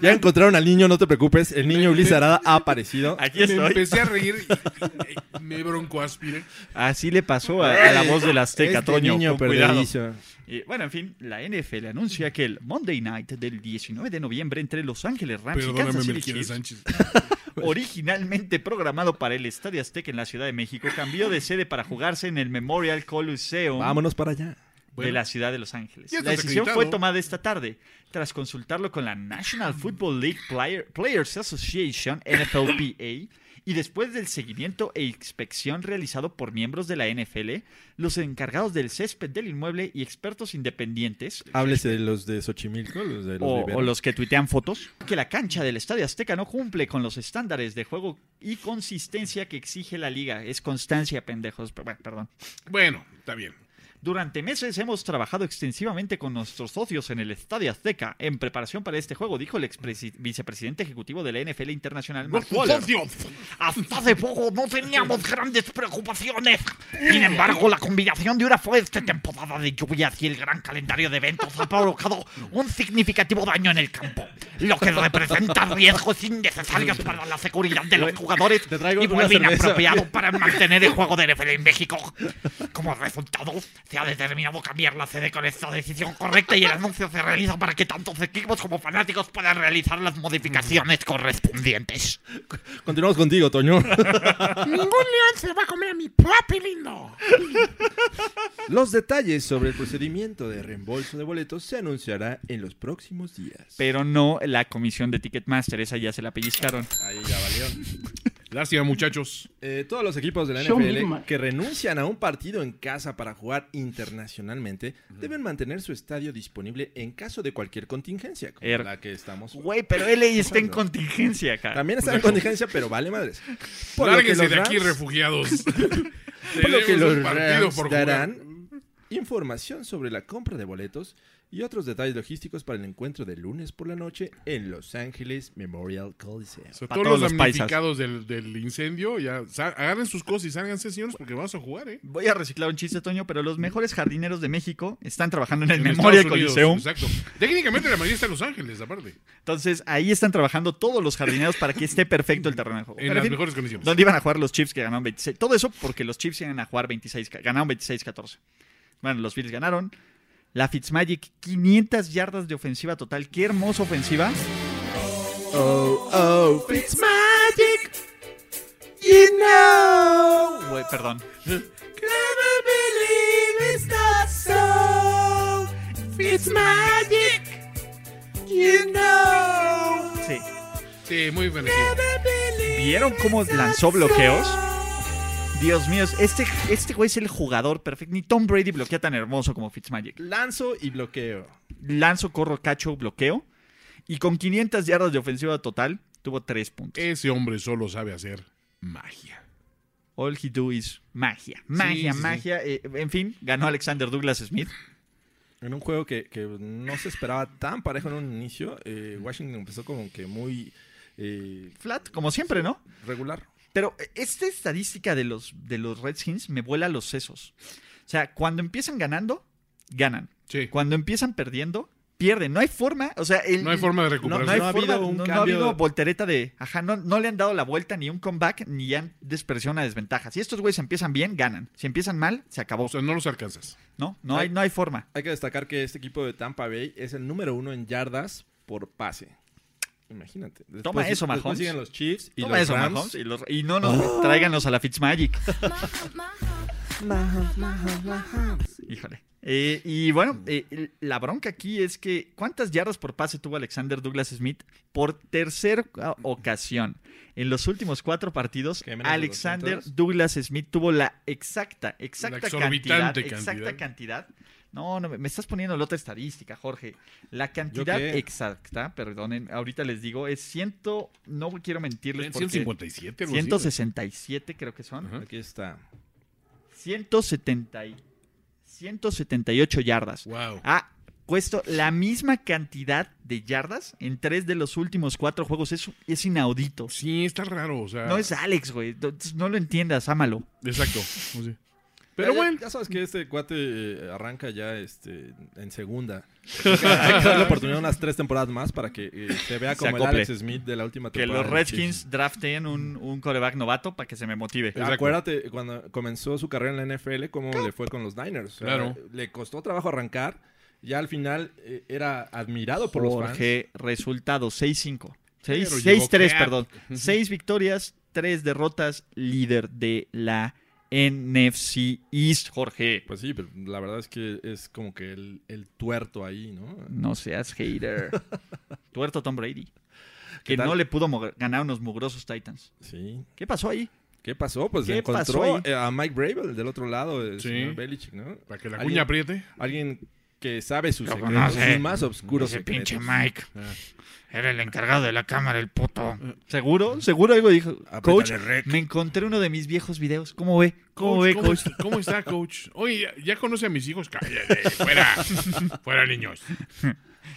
S3: Ya encontraron al niño, no te preocupes. El niño Ulises Arada ha aparecido.
S1: Aquí
S2: Me
S1: estoy.
S2: empecé a reír, y- y me broncoaspiré.
S1: Así le pasó a, a la voz del Azteca,
S3: Este
S1: Toño.
S3: niño
S1: con cuidado.
S3: perdedizo.
S1: Y, Eh, bueno, en fin, la NFL anuncia que el Monday Night del 19 de noviembre entre Los Ángeles Rams y
S2: Perdóname,
S1: Kansas City
S2: Melquiades
S1: Chiefs,
S2: Sánchez.
S1: originalmente programado para el Estadio Azteca en la Ciudad de México, cambió de sede para jugarse en el Memorial Coliseum
S3: Vámonos para allá.
S2: Bueno.
S1: de la ciudad de Los Ángeles.
S2: Ya
S1: La
S2: estás
S1: decisión
S2: acreditado.
S1: fue tomada esta tarde tras consultarlo con la National Football League Player- Players Association, NFLPA, y después del seguimiento e inspección realizado por miembros de la NFL, los encargados del césped del inmueble y expertos independientes
S3: Háblese de los de Xochimilco, los de los
S1: o,
S3: Rivera.
S1: o los que tuitean fotos, que la cancha del Estadio Azteca no cumple con los estándares de juego y consistencia que exige la liga. Es constancia, pendejos. Pero bueno, perdón.
S2: Bueno, está bien.
S1: Durante meses hemos trabajado extensivamente con nuestros socios en el Estadio Azteca en preparación para este juego, dijo el ex vicepresidente ejecutivo de la NFL Internacional, Mark Waller.
S4: Hasta hace poco no teníamos grandes preocupaciones. Sin embargo, la combinación de una fuerte temporada de lluvias y el gran calendario de eventos ha provocado un significativo daño en el campo, lo que representa riesgos innecesarios para la seguridad de los jugadores
S3: te traigo
S4: y
S3: una
S4: vuelve
S3: cerveza.
S4: inapropiado para mantener el juego de NFL en México. Como resultado, se ha determinado cambiar la sede con esta decisión correcta y el anuncio se realiza para que tantos equipos como fanáticos puedan realizar las modificaciones correspondientes.
S3: Continuamos contigo, Toño.
S7: Ningún león se va a comer a mi papi lindo.
S3: los detalles sobre el procedimiento de reembolso de boletos se anunciará en los próximos días.
S1: Pero no la comisión de Ticketmaster, esa ya se la pellizcaron.
S3: Ahí ya valió.
S2: Lástima, muchachos.
S3: Eh, todos los equipos de la
S8: Show me
S3: NFL
S8: my-
S3: que renuncian a un partido en casa para jugar internacionalmente deben mantener su estadio disponible en caso de cualquier contingencia, como
S1: Er-
S3: la que estamos.
S1: Güey, pero LA está en contingencia, cara.
S3: También está en contingencia, pero vale madres. Por lo que
S2: Lárguense
S3: los
S2: de aquí,
S3: Rams-
S2: refugiados.
S3: por lo que
S2: Tenemos
S3: los
S2: un partido
S3: Rams
S2: por jugar.
S3: darán información sobre la compra de boletos y otros detalles logísticos para el encuentro de lunes por la noche en Los Ángeles Memorial Coliseum.
S2: So,
S1: Para
S2: todos,
S1: todos
S2: los
S1: los paisas.
S2: damnificados del, del incendio, ya sa- agarren sus cosas y sálganse, señores, porque vamos a jugar, ¿eh?
S1: Voy a reciclar un chiste, Toño, pero los mejores jardineros de México están trabajando en el
S2: En
S1: Memorial
S2: Estados Unidos,
S1: Coliseum.
S2: Exacto. Técnicamente la mayoría está en Los Ángeles, aparte.
S1: Entonces, ahí están trabajando todos los jardineros para que esté perfecto el terreno de juego.
S2: En
S1: Oh, Pero, en
S2: las
S1: fin,
S2: mejores condiciones.
S1: ¿Dónde iban a jugar los Chiefs que ganaron 26? Todo eso porque los Chiefs iban a jugar 26, ca- ganaron 26-14. Bueno, los Bills ganaron. La Fitzmagic, 500 yardas de ofensiva total. Qué hermosa ofensiva.
S3: Oh, oh, Fitzmagic, you know.
S1: Güey, perdón.
S3: Never believe it's not so. Fitzmagic, you know.
S1: Sí.
S2: Sí, muy merecido.
S1: ¿Vieron cómo lanzó bloqueos? Dios mío, este, este güey es el jugador perfecto. Ni Tom Brady bloquea tan hermoso como Fitzmagic.
S3: Lanzo y bloqueo.
S1: Lanzo, corro, cacho, bloqueo. Y con 500 yardas de ofensiva total, tuvo 3 puntos.
S2: Ese hombre solo sabe hacer magia.
S1: All he do is magia. Magia,
S2: sí, sí.
S1: magia. eh, en fin, ganó Alexander Douglas Smith.
S3: En un juego que, que no se esperaba tan parejo en un inicio, eh, Washington empezó como que muy eh,
S1: Flat, como siempre, ¿no?
S3: regular.
S1: Pero eh, esta estadística de los, de los Redskins me vuela los sesos. O sea, cuando empiezan ganando, ganan.
S2: Sí.
S1: Cuando empiezan perdiendo, pierden. No hay forma. O sea, el-
S2: No hay forma de
S1: No,
S2: recuperar.
S1: no hay
S3: no ha
S1: forma,
S3: habido un
S1: no- no ha
S3: cambio.
S1: habido voltereta de. Ajá, no, no le han dado la vuelta ni un comeback ni han despreciado una desventaja. Si estos güeyes empiezan bien, ganan. Si empiezan mal, se acabó.
S2: O sea, no los alcanzas.
S1: No, no hay, no hay forma.
S3: Hay que destacar que este equipo de Tampa Bay es el número uno en yardas por pase. Imagínate. Después-
S1: Toma eso,
S3: después
S1: Mahomes.
S3: siguen los Chiefs y
S1: Toma
S3: los
S1: eso,
S3: Rams.
S1: Mahomes, y, los- y no nos tráiganos a la Fitzmagic. Híjole. Eh, y bueno, eh, el- la bronca aquí es que ¿cuántas yardas por pase tuvo Alexander Douglas Smith por tercera ocasión? En los últimos cuatro partidos,
S3: Que menos de
S1: Alexander
S3: 200.
S1: Douglas Smith tuvo la exacta, exacta cantidad,
S2: exorbitante
S1: exacta
S2: cantidad.
S1: cantidad. No, no, me- me estás poniendo la otra estadística, Jorge. La cantidad
S3: qué?
S1: exacta, perdonen, ahorita les digo, es ciento, no quiero mentirles porque
S2: 157, algo así.
S1: 167 creo que son.
S2: Ajá.
S3: Aquí está.
S1: 170 y 178 yardas.
S2: Wow.
S1: Ha puesto la misma cantidad de yardas en tres de los últimos cuatro juegos. Es, es inaudito.
S2: Sí, está raro, o sea.
S1: No es Alex, güey. No, no lo entiendas, ámalo.
S2: Exacto. O sea,
S3: Ya-
S2: Pero
S3: ya-
S2: bueno.
S3: Ya, sabes que este cuate eh, arranca ya este, en segunda. Hay que darle oportunidad unas tres temporadas más para que eh, se vea
S1: Se
S3: como el
S1: acople.
S3: Alex Smith de la última
S1: Que
S3: temporada.
S1: los
S3: de
S1: Redskins draften un, un coreback novato para que se me motive.
S3: Chiefs. Acuérdate cuando comenzó su carrera en la NFL, cómo le fue con los Niners. O sea,
S2: Claro.
S3: Le costó trabajo arrancar. Ya al final eh, era admirado por los fans.
S1: Jorge, resultado 6-5. Seis-
S2: Pero llegó
S1: 6-3,
S2: Cap.
S1: perdón. 6 victorias, 3 derrotas, líder de la NFC East, Jorge.
S3: Pues sí, pero la verdad es que es como que el, el tuerto ahí, ¿no?
S1: No seas hater. Tuerto Tom Brady. Que
S3: tal?
S1: no le pudo mo- ganar unos mugrosos Titans.
S3: Sí.
S1: ¿Qué pasó ahí?
S3: ¿Qué pasó? Pues
S1: ¿Qué pasó
S3: encontró
S1: ahí?
S3: eh, a Mike Bravel del otro lado, el
S2: Sí.
S3: señor Belichick, ¿no?
S2: Para que la
S3: ¿Alguien-
S2: cuña apriete.
S3: Alguien que sabe sus
S5: Lo
S3: secretos,
S5: conoce.
S3: sus más oscuros
S5: Ese
S3: secretos.
S5: pinche Mike. Era el encargado de la cámara, el puto.
S1: ¿Seguro? ¿Seguro algo dijo? Coach,
S6: rec.
S1: me encontré uno de mis viejos videos. ¿Cómo ve? ¿Cómo ve,
S2: ¿cómo,
S1: coach?
S2: est- cómo está, coach? Oye, ¿ya, ya conoce a mis hijos? Cállate, fuera. fuera, niños.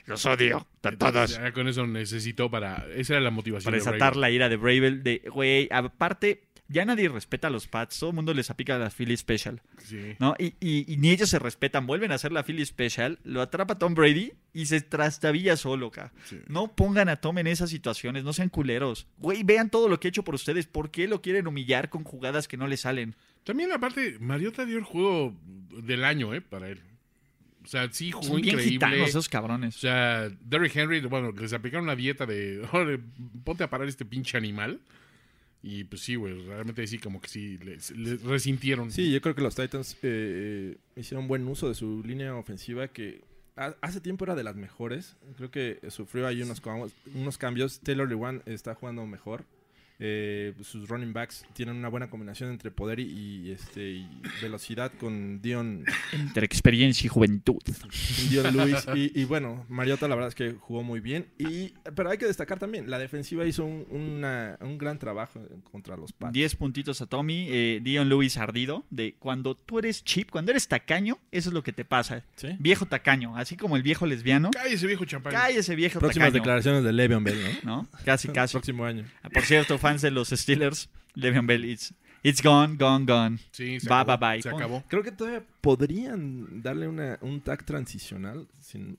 S5: Los odio. A todos.
S2: Ya con eso necesitó para... Esa era la motivación.
S1: Para
S2: de Brady.
S1: desatar la ira de Bravel de, güey, aparte, ya nadie respeta a los Pats. Todo el mundo les aplica la Philly Special,
S2: Sí.
S1: ¿no? Y, y- y ni ellos se respetan. Vuelven a hacer la Philly Special, lo atrapa Tom Brady y se trastabilla solo, ca. No pongan a Tom en esas situaciones, no sean culeros. Güey, vean todo lo que he hecho por ustedes. ¿Por qué lo quieren humillar con jugadas que no le salen?
S2: También, aparte, Mariota dio el juego del año, ¿eh? Para él. O sea, sí jugó
S1: Son bien
S2: increíble.
S1: gitanos esos
S2: O
S1: cabrones.
S2: sea, Derrick Henry, bueno, les aplicaron una dieta de, "Órale, ponte a parar este pinche animal. Y pues sí, güey, realmente sí, como que sí, les, les resintieron.
S3: Sí, yo creo que los Titans eh, hicieron buen uso de su línea ofensiva que ha- hace tiempo era de las mejores. Creo que sufrió ahí unos, cam- unos cambios. Taylor Lewan está jugando mejor. Eh, sus running backs tienen una buena combinación entre poder y, y, este, y velocidad con Dion,
S1: Entre experiencia y juventud.
S3: Dion Lewis. Y, y bueno, Mariota la verdad es que jugó muy bien. Y, pero hay que destacar también, la defensiva hizo un, una- un gran trabajo contra los Pats.
S1: 10 puntitos a Tommy, eh, Dion Lewis ardido, de cuando tú eres chip, cuando eres tacaño, eso es lo que te pasa.
S3: ¿Sí?
S1: Viejo tacaño, así como el viejo lesbiano.
S2: Cállese, viejo champán.
S1: Cállese viejo
S3: Próximas
S1: tacaño.
S3: declaraciones de Le'Veon Bell, ¿no?
S1: ¿No? Casi, casi.
S3: Próximo año.
S1: Por cierto, fans de los Steelers, Le'Veon Bell, it's, it's gone, gone, gone.
S2: Sí, se
S1: Bye, bye,
S2: acabó,
S1: Pues, bye.
S2: Se acabó.
S3: Creo que todavía podrían darle una, un tag transicional. Sin,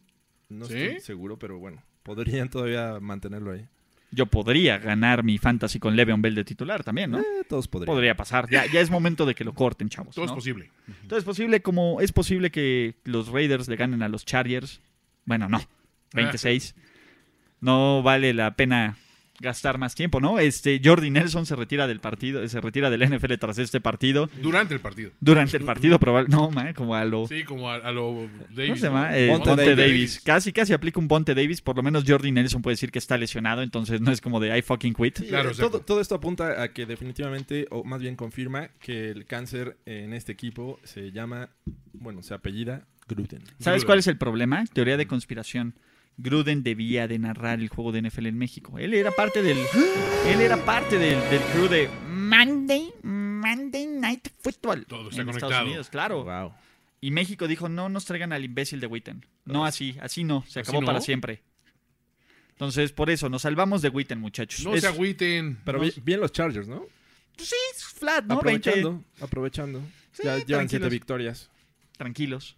S3: no
S2: ¿Sí?
S3: estoy seguro, pero bueno. Podrían todavía mantenerlo ahí.
S1: Yo podría ganar mi fantasy con Le'Veon Bell de titular también, ¿no?
S3: Eh, todos podrían.
S1: Podría pasar. Ya, ya es momento de que lo corten, chavos.
S2: Todo es
S1: ¿no?
S2: posible.
S1: Todo es posible como es posible que los Raiders le ganen a los Chargers. Bueno, no. 26. No vale la pena gastar más tiempo, ¿no? Este Jordi Nelson se retira del partido, se retira del NFL tras este partido.
S2: Durante el partido.
S1: Durante el partido probable, no, man, como a lo
S2: Sí, como a, a lo Davis.
S1: ¿Cómo se
S2: ¿no?
S1: llama? Eh,
S3: Ponte
S1: Ponte,
S3: Davis.
S1: Davis. Casi, casi aplica un Ponte Davis. Por lo menos Jordi Nelson puede decir que está lesionado, entonces no es como de I fucking quit.
S3: Sí,
S2: Claro,
S3: eh,
S2: exacto.
S3: todo, todo esto apunta a que definitivamente, o más bien confirma, que el cáncer en este equipo se llama, bueno, se apellida gluten.
S1: ¿Sabes
S2: Gruden.
S1: cuál es el problema? Teoría
S2: Mm.
S1: de conspiración. Gruden debía de narrar el juego de NFL en México. Él era parte del. Él era parte del, del crew de Monday, Monday Night Football.
S2: Todo está
S1: en
S2: conectado.
S1: Estados Unidos, claro.
S3: Wow.
S1: Y México dijo: no nos traigan al imbécil de Witten. No así, así no. Se
S2: Ah, ¿Así
S1: acabó
S2: no?
S1: para siempre. Entonces, por eso, nos salvamos de Witten, muchachos.
S2: No
S1: Es-
S2: se agüiten.
S3: Pero bien, bien los Chargers, ¿no?
S1: Sí, es flat, ¿no? 20,
S3: aprovechando, aprovechando. ya llevan siete
S1: tranquilos.
S3: victorias.
S1: tranquilos.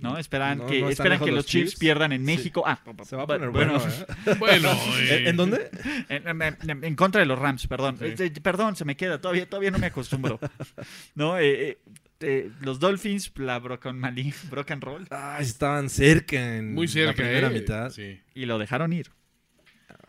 S1: ¿No? Esperan
S3: No,
S1: que,
S3: no están
S1: esperan
S3: lejos
S1: que
S3: los
S1: los Chiefs
S3: Chiefs.
S1: pierdan en
S3: Sí.
S1: México. Ah,
S3: Se va a poner
S1: bueno,
S3: bueno.
S2: Bueno,
S3: ¿eh?
S2: eh,
S3: ¿En, en dónde?
S1: en, en- en contra de los Rams, perdón.
S2: Sí.
S1: Eh, eh, Perdón, se me queda, todavía, todavía no me acostumbro. ¿No? Eh, eh, eh, los Dolphins, la Broken Malí, Brock and Roll,
S3: Ah, estaban cerca en
S2: Muy cerca,
S3: la primera
S2: ¿eh?
S3: mitad.
S2: Sí.
S1: y lo dejaron ir.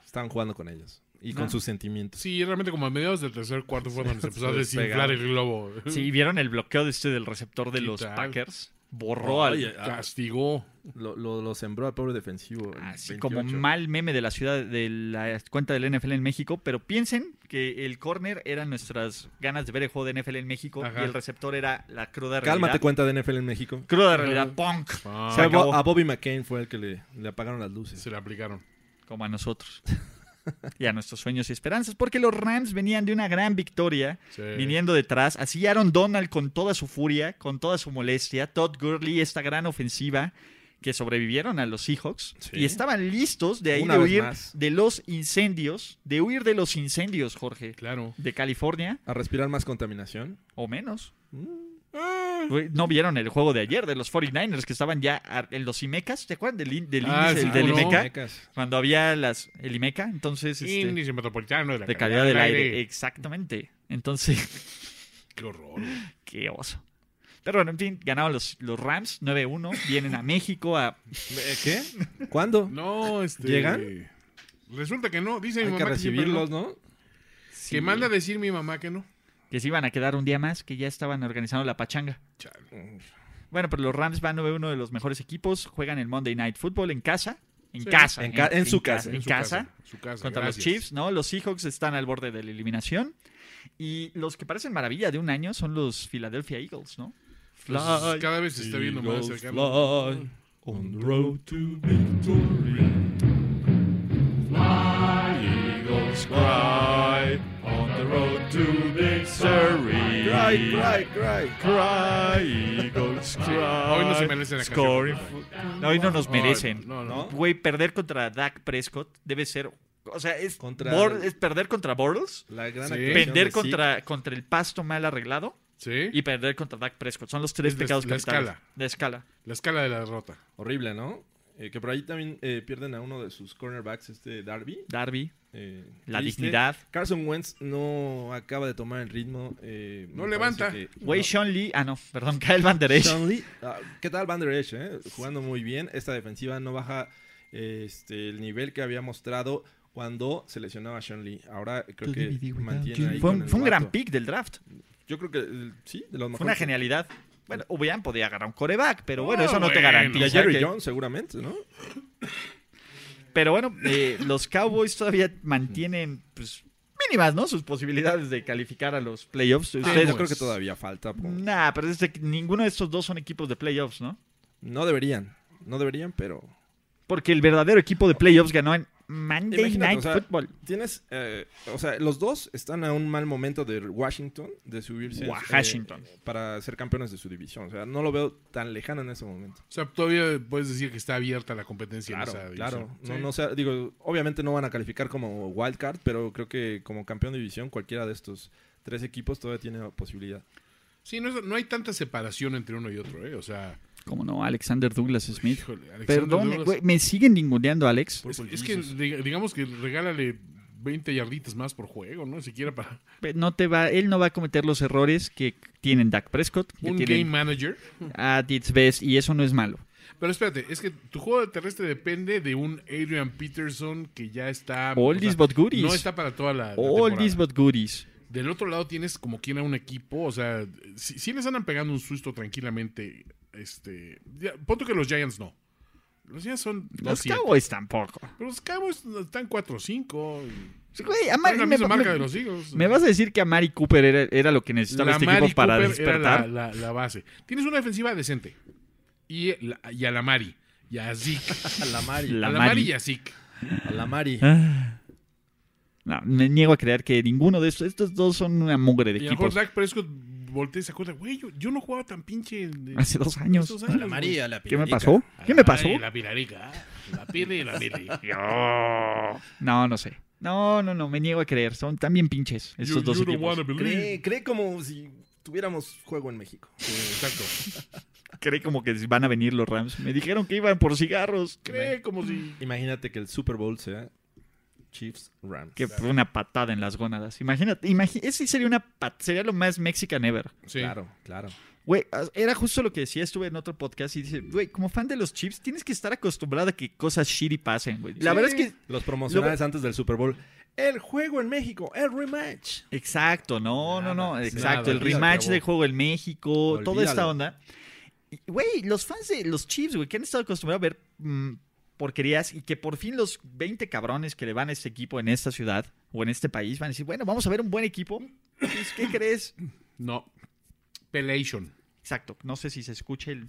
S3: Estaban jugando con ellos y con
S2: Ah.
S1: No.
S3: sus sentimientos.
S2: Sí, realmente como a mediados del tercer cuarto fue donde se empezó a
S3: se
S2: desinflar el globo.
S3: Uh.
S1: Sí, ¿vieron el bloqueo de este del receptor de
S2: ¿Qué
S1: los
S2: tal?
S1: Packers? Borró al-
S3: Oye, ah,
S2: Castigó.
S3: Lo, lo, lo sembró al pobre defensivo. el
S1: Así
S3: 28.
S1: como mal meme de la ciudad de la cuenta del NFL en México, pero piensen que el corner eran nuestras ganas de ver el juego de NFL en México
S2: Ajá.
S1: y el receptor era la cruda realidad.
S3: Cálmate cuenta de NFL en México.
S1: Cruda realidad, punk,
S2: Ah,
S1: Se
S3: A Bo-
S1: acabó.
S3: A Bobby McCain fue el que le, le apagaron las luces.
S2: se le aplicaron.
S1: como a nosotros. y a nuestros sueños y esperanzas, porque los Rams venían de una gran victoria,
S2: Sí.
S1: viniendo detrás. Así Aaron Donald con toda su furia, con toda su molestia, Todd Gurley, esta gran ofensiva que sobrevivieron a los Seahawks
S3: Sí.
S1: y estaban listos de ahí
S3: Una
S1: de
S3: vez
S1: huir
S3: más.
S1: de los incendios, de huir de los incendios, Jorge.
S2: Claro.
S1: de California
S3: A respirar más contaminación.
S1: o menos. Güey, No vieron el juego de ayer de los 49ers que estaban ya ar- en los Imecas, ¿te acuerdan del, in- del
S2: Ah,
S1: índice
S2: sí,
S1: del
S2: cómo no.
S1: Imeca?
S3: Mecas.
S1: Cuando había las el Imeca, entonces este,
S2: Índice metropolitano de la
S1: de calidad del aire. exactamente. Entonces,
S2: Qué horror. güey.
S1: qué oso. Pero bueno, en fin, ganaron los, los Rams 9-1, vienen a México a
S3: Eh, ¿Qué? ¿Cuándo?
S2: No, este.
S3: ¿Llegan?
S2: Resulta que no. Dice mi
S3: Hay
S2: mamá
S3: que
S2: que, siempre no.
S3: recibirlos, ¿no?
S2: Que manda a decir mi mamá que no.
S1: que se iban a quedar un día más, que ya estaban organizando la pachanga. Bueno, pero los Rams van a uno de los mejores equipos, juegan el Monday Night Football en casa. En casa.
S3: En ca- en su casa,
S1: En,
S3: en
S2: su
S1: casa.
S2: en su casa,
S1: Contra los
S2: gracias.
S1: Chiefs, ¿no? Los Seahawks están al borde de la eliminación. Y los que parecen maravilla de un año son los Philadelphia Eagles, ¿no?
S2: Pues,
S1: Fly,
S2: cada vez se está viendo más
S6: Eagles
S2: cercano.
S6: fly on the road to victory. Fly, eagles cry on the road to victory.
S3: Cry, cry, cry.
S6: Cry, eagles cry.
S2: Hoy no se merece la canción.
S6: Scoring
S1: No, hoy no nos merecen.
S2: No, no.
S3: ¿No?
S1: Güey, perder contra Dak Prescott debe ser. O sea, es,
S3: Contra-
S1: Bor- es perder contra Bortles,
S3: La gran
S2: Sí.
S3: actuación
S1: perder
S3: de
S1: contra, contra el pasto mal arreglado
S2: ¿Sí?
S1: y perder contra Dak Prescott. Son los tres
S2: Es la-
S1: pecados
S2: la
S1: capitales.
S2: escala.
S1: La escala.
S2: La escala de la derrota.
S3: Zeke. Horrible, ¿no? Eh, que por ahí también eh, pierden a uno de sus cornerbacks, este Darby.
S1: Darby,
S3: Eh,
S1: la
S3: triste.
S1: dignidad.
S3: Carson Wentz no acaba de tomar el ritmo. eh,
S2: No
S3: me
S2: levanta.
S3: parece que-
S1: Güey,
S3: No.
S1: Sean Lee. Ah, no, perdón, Kyle Van Der Esch.
S3: Sean Lee, ah, ¿Qué tal Van Der Esch, eh? Jugando muy bien. Esta defensiva no baja eh, este, el nivel que había mostrado cuando se lesionaba Sean Lee. Ahora creo que mantiene ahí
S1: Fue
S3: con
S1: un,
S3: el
S1: fue un gran
S3: novato.
S1: pick del draft.
S3: Yo creo que eh, sí, de los mejores.
S1: Fue una genialidad. Bueno, hubieran podido agarrar un coreback, pero bueno,
S2: Ah,
S1: eso no te
S2: bueno.
S3: Y
S1: garantiza.
S3: a Jerry
S1: que-
S3: Jones seguramente, ¿no?
S1: Pero bueno, eh, los Cowboys todavía mantienen, pues, mínimas, ¿no? Sus posibilidades de calificar a los playoffs. Ustedes-
S3: yo creo que todavía falta. por-
S1: Nah, pero es de que ninguno de estos dos son equipos de playoffs, ¿no?
S3: No deberían, no deberían, pero...
S1: Porque el verdadero equipo de playoffs ganó en Monday
S3: Imagínate,
S1: Night
S3: o sea,
S1: Football.
S3: Tienes, eh, o sea, los dos están a un mal momento de Washington, de subirse
S1: Washington.
S3: eh, para ser campeones de su división. O sea, no lo veo tan lejano en ese momento.
S2: O sea, todavía puedes decir que está abierta la competencia
S3: Claro,
S2: en esa división.
S3: claro.
S2: Sí.
S3: No, no, sea- digo, obviamente no van a calificar como wildcard, pero creo que como campeón de división cualquiera de estos tres equipos todavía tiene posibilidad.
S2: Sí, no, es- no hay tanta separación entre uno y otro, ¿eh? O sea,
S1: Como no, Alexander Douglas Smith.
S2: híjole, Alexander
S1: Perdón,
S2: Douglas-
S1: güey, me siguen ninguneando, Alex.
S2: Es, es que diga- digamos que regálale 20 yarditas más por juego, ¿no? Siquiera para
S1: No te va, él no va a cometer los errores que tienen Dak Prescott, que
S2: un game
S1: tienen
S2: manager.
S1: at its best, y eso no es malo.
S2: Pero espérate, es que tu juego terrestre depende de un Adrian Peterson que ya está...
S1: Oldies but goodies.
S2: No está para toda la, la
S1: All these
S2: temporada.
S1: but goodies.
S2: Del otro lado tienes como quien a un equipo, o sea, si, si les andan pegando un susto tranquilamente, este... ya, pon tú que los Giants no. Los Giants son...
S1: Los
S2: 2-7.
S1: Cowboys tampoco.
S2: Pero los Cowboys están 4-5. y-
S1: Sí, güey,
S2: Están
S1: Amari,
S2: en la
S1: me,
S2: misma marca
S1: me-
S2: de los Eagles.
S1: me vas a decir que Amari Cooper era, era lo que necesitaba este
S2: Mari
S1: equipo para
S2: Cooper era
S1: despertar?
S2: la, la- la base. Tienes una defensiva decente. Y, la- y a la Mari. Y a Zeke.
S3: A la Mari.
S1: La
S2: a la
S1: Mari.
S2: Mari y a Zeke.
S3: A la Mari.
S1: No, me niego a creer que ninguno de estos, estos dos son una mugre de
S2: Y a lo mejor
S1: equipos.
S2: Dak Prescott voltea y se acuerda, güey, yo, yo no jugaba tan pinche. de-
S1: Hace dos años.
S2: esos años, güey".
S3: la
S1: ¿Qué me pasó? ¿Qué me pasó?
S2: Ay, la pirarica. La pide y la pide.
S1: No, no sé. No, no, no, me niego a creer. Son también pinches estos dos
S2: don't
S1: equipos.
S2: wanna believe.
S3: Cree, cree como si tuviéramos juego en México.
S2: Sí, Exacto.
S1: Cree como que van a venir los Rams. Me dijeron que iban por cigarros.
S2: Cree como si.
S3: Imagínate que el Super Bowl sea Chiefs Rams.
S1: Que fue una patada en las gónadas. Imagínate, imagi- ese sería una pat- sería lo más Mexican ever.
S2: Sí.
S3: Claro, claro.
S1: Güey, as- era justo lo que decía, estuve en otro podcast y dice, güey, como fan de los chips, tienes que estar acostumbrado a que cosas shitty pasen, güey. La
S2: Sí.
S1: verdad es que
S3: Los promocionales antes del Super Bowl. El juego en México, el rematch.
S1: Exacto, no,
S3: Nada,
S1: no, no,
S3: sí.
S1: exacto.
S2: Nada,
S1: el
S2: olvídate,
S1: rematch
S2: acabó.
S1: de juego en México, toda esta
S3: Olvídalo.
S1: onda. Y, Güey, los fans de los Chiefs, güey, que han estado acostumbrados a ver mm, porquerías y que por fin los 20 cabrones que le van a este equipo en esta ciudad o en este país van a decir, bueno, vamos a ver un buen equipo. Pues, ¿Qué crees?
S2: No. Pelation.
S1: Exacto, no sé si se escucha el...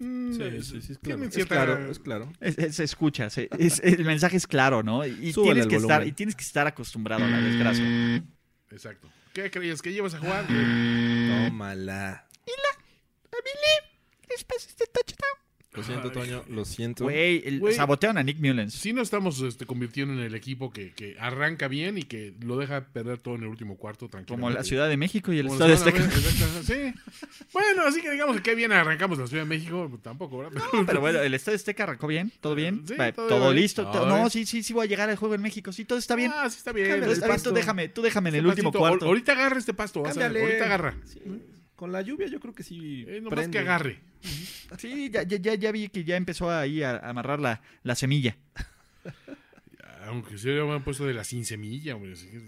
S3: Sí, sí, sí, es claro.
S2: Tienen
S3: Es
S2: cierta-
S3: claro, es claro.
S1: es- es- se escucha, se- es- el mensaje es claro, ¿no? Y
S3: Súbale
S1: tienes,
S3: el
S1: que estar,
S3: volumen. Mm.
S1: y tienes que estar acostumbrado a la desgracia.
S2: Exacto. ¿Qué creías? ¿Qué llevas a jugar?
S3: Tómala.
S1: ¿Les pasa este touchdown?
S3: Lo siento, Toño, lo siento.
S1: Güey, el-
S2: Güey.
S1: sabotearon a Nick Mullens.
S2: Sí nos estamos este, convirtiendo en el equipo que, que arranca bien y que lo deja perder todo en el último cuarto tranquilo.
S1: Como la Ciudad de México y el
S2: Como
S1: Estado
S2: la
S1: Azteca.
S2: Ciudad de México, exacto, Sí. Bueno, así que digamos que qué bien arrancamos la Ciudad de México, pues, tampoco, ¿verdad?
S1: Pero bueno, el Estadio Azteca arrancó bien, todo bien,
S2: Eh, Sí,
S1: Va, todo,
S2: todo bien.
S1: listo.
S2: Todo
S1: todo-
S2: bien.
S1: no, sí, sí, sí voy a llegar al juego en México, sí, todo está bien.
S2: Ah, sí está bien.
S1: Cámbiale,
S2: el
S1: está bien,
S2: pasto.
S1: tú déjame, tú déjame en el
S2: Este
S1: último
S2: pastito,
S1: cuarto.
S2: ahor- Ahorita agarra este pasto, vas a ver,
S3: Cámbiale.
S2: ahorita agarra.
S3: Sí. Con la lluvia yo creo que sí.
S2: Eh, nomás
S3: prende.
S2: que agarre.
S1: Sí, ya, ya, ya, ya vi que ya empezó ahí a amarrar la, la semilla.
S2: Aunque se le han puesto de la sin semilla, hombre. así que-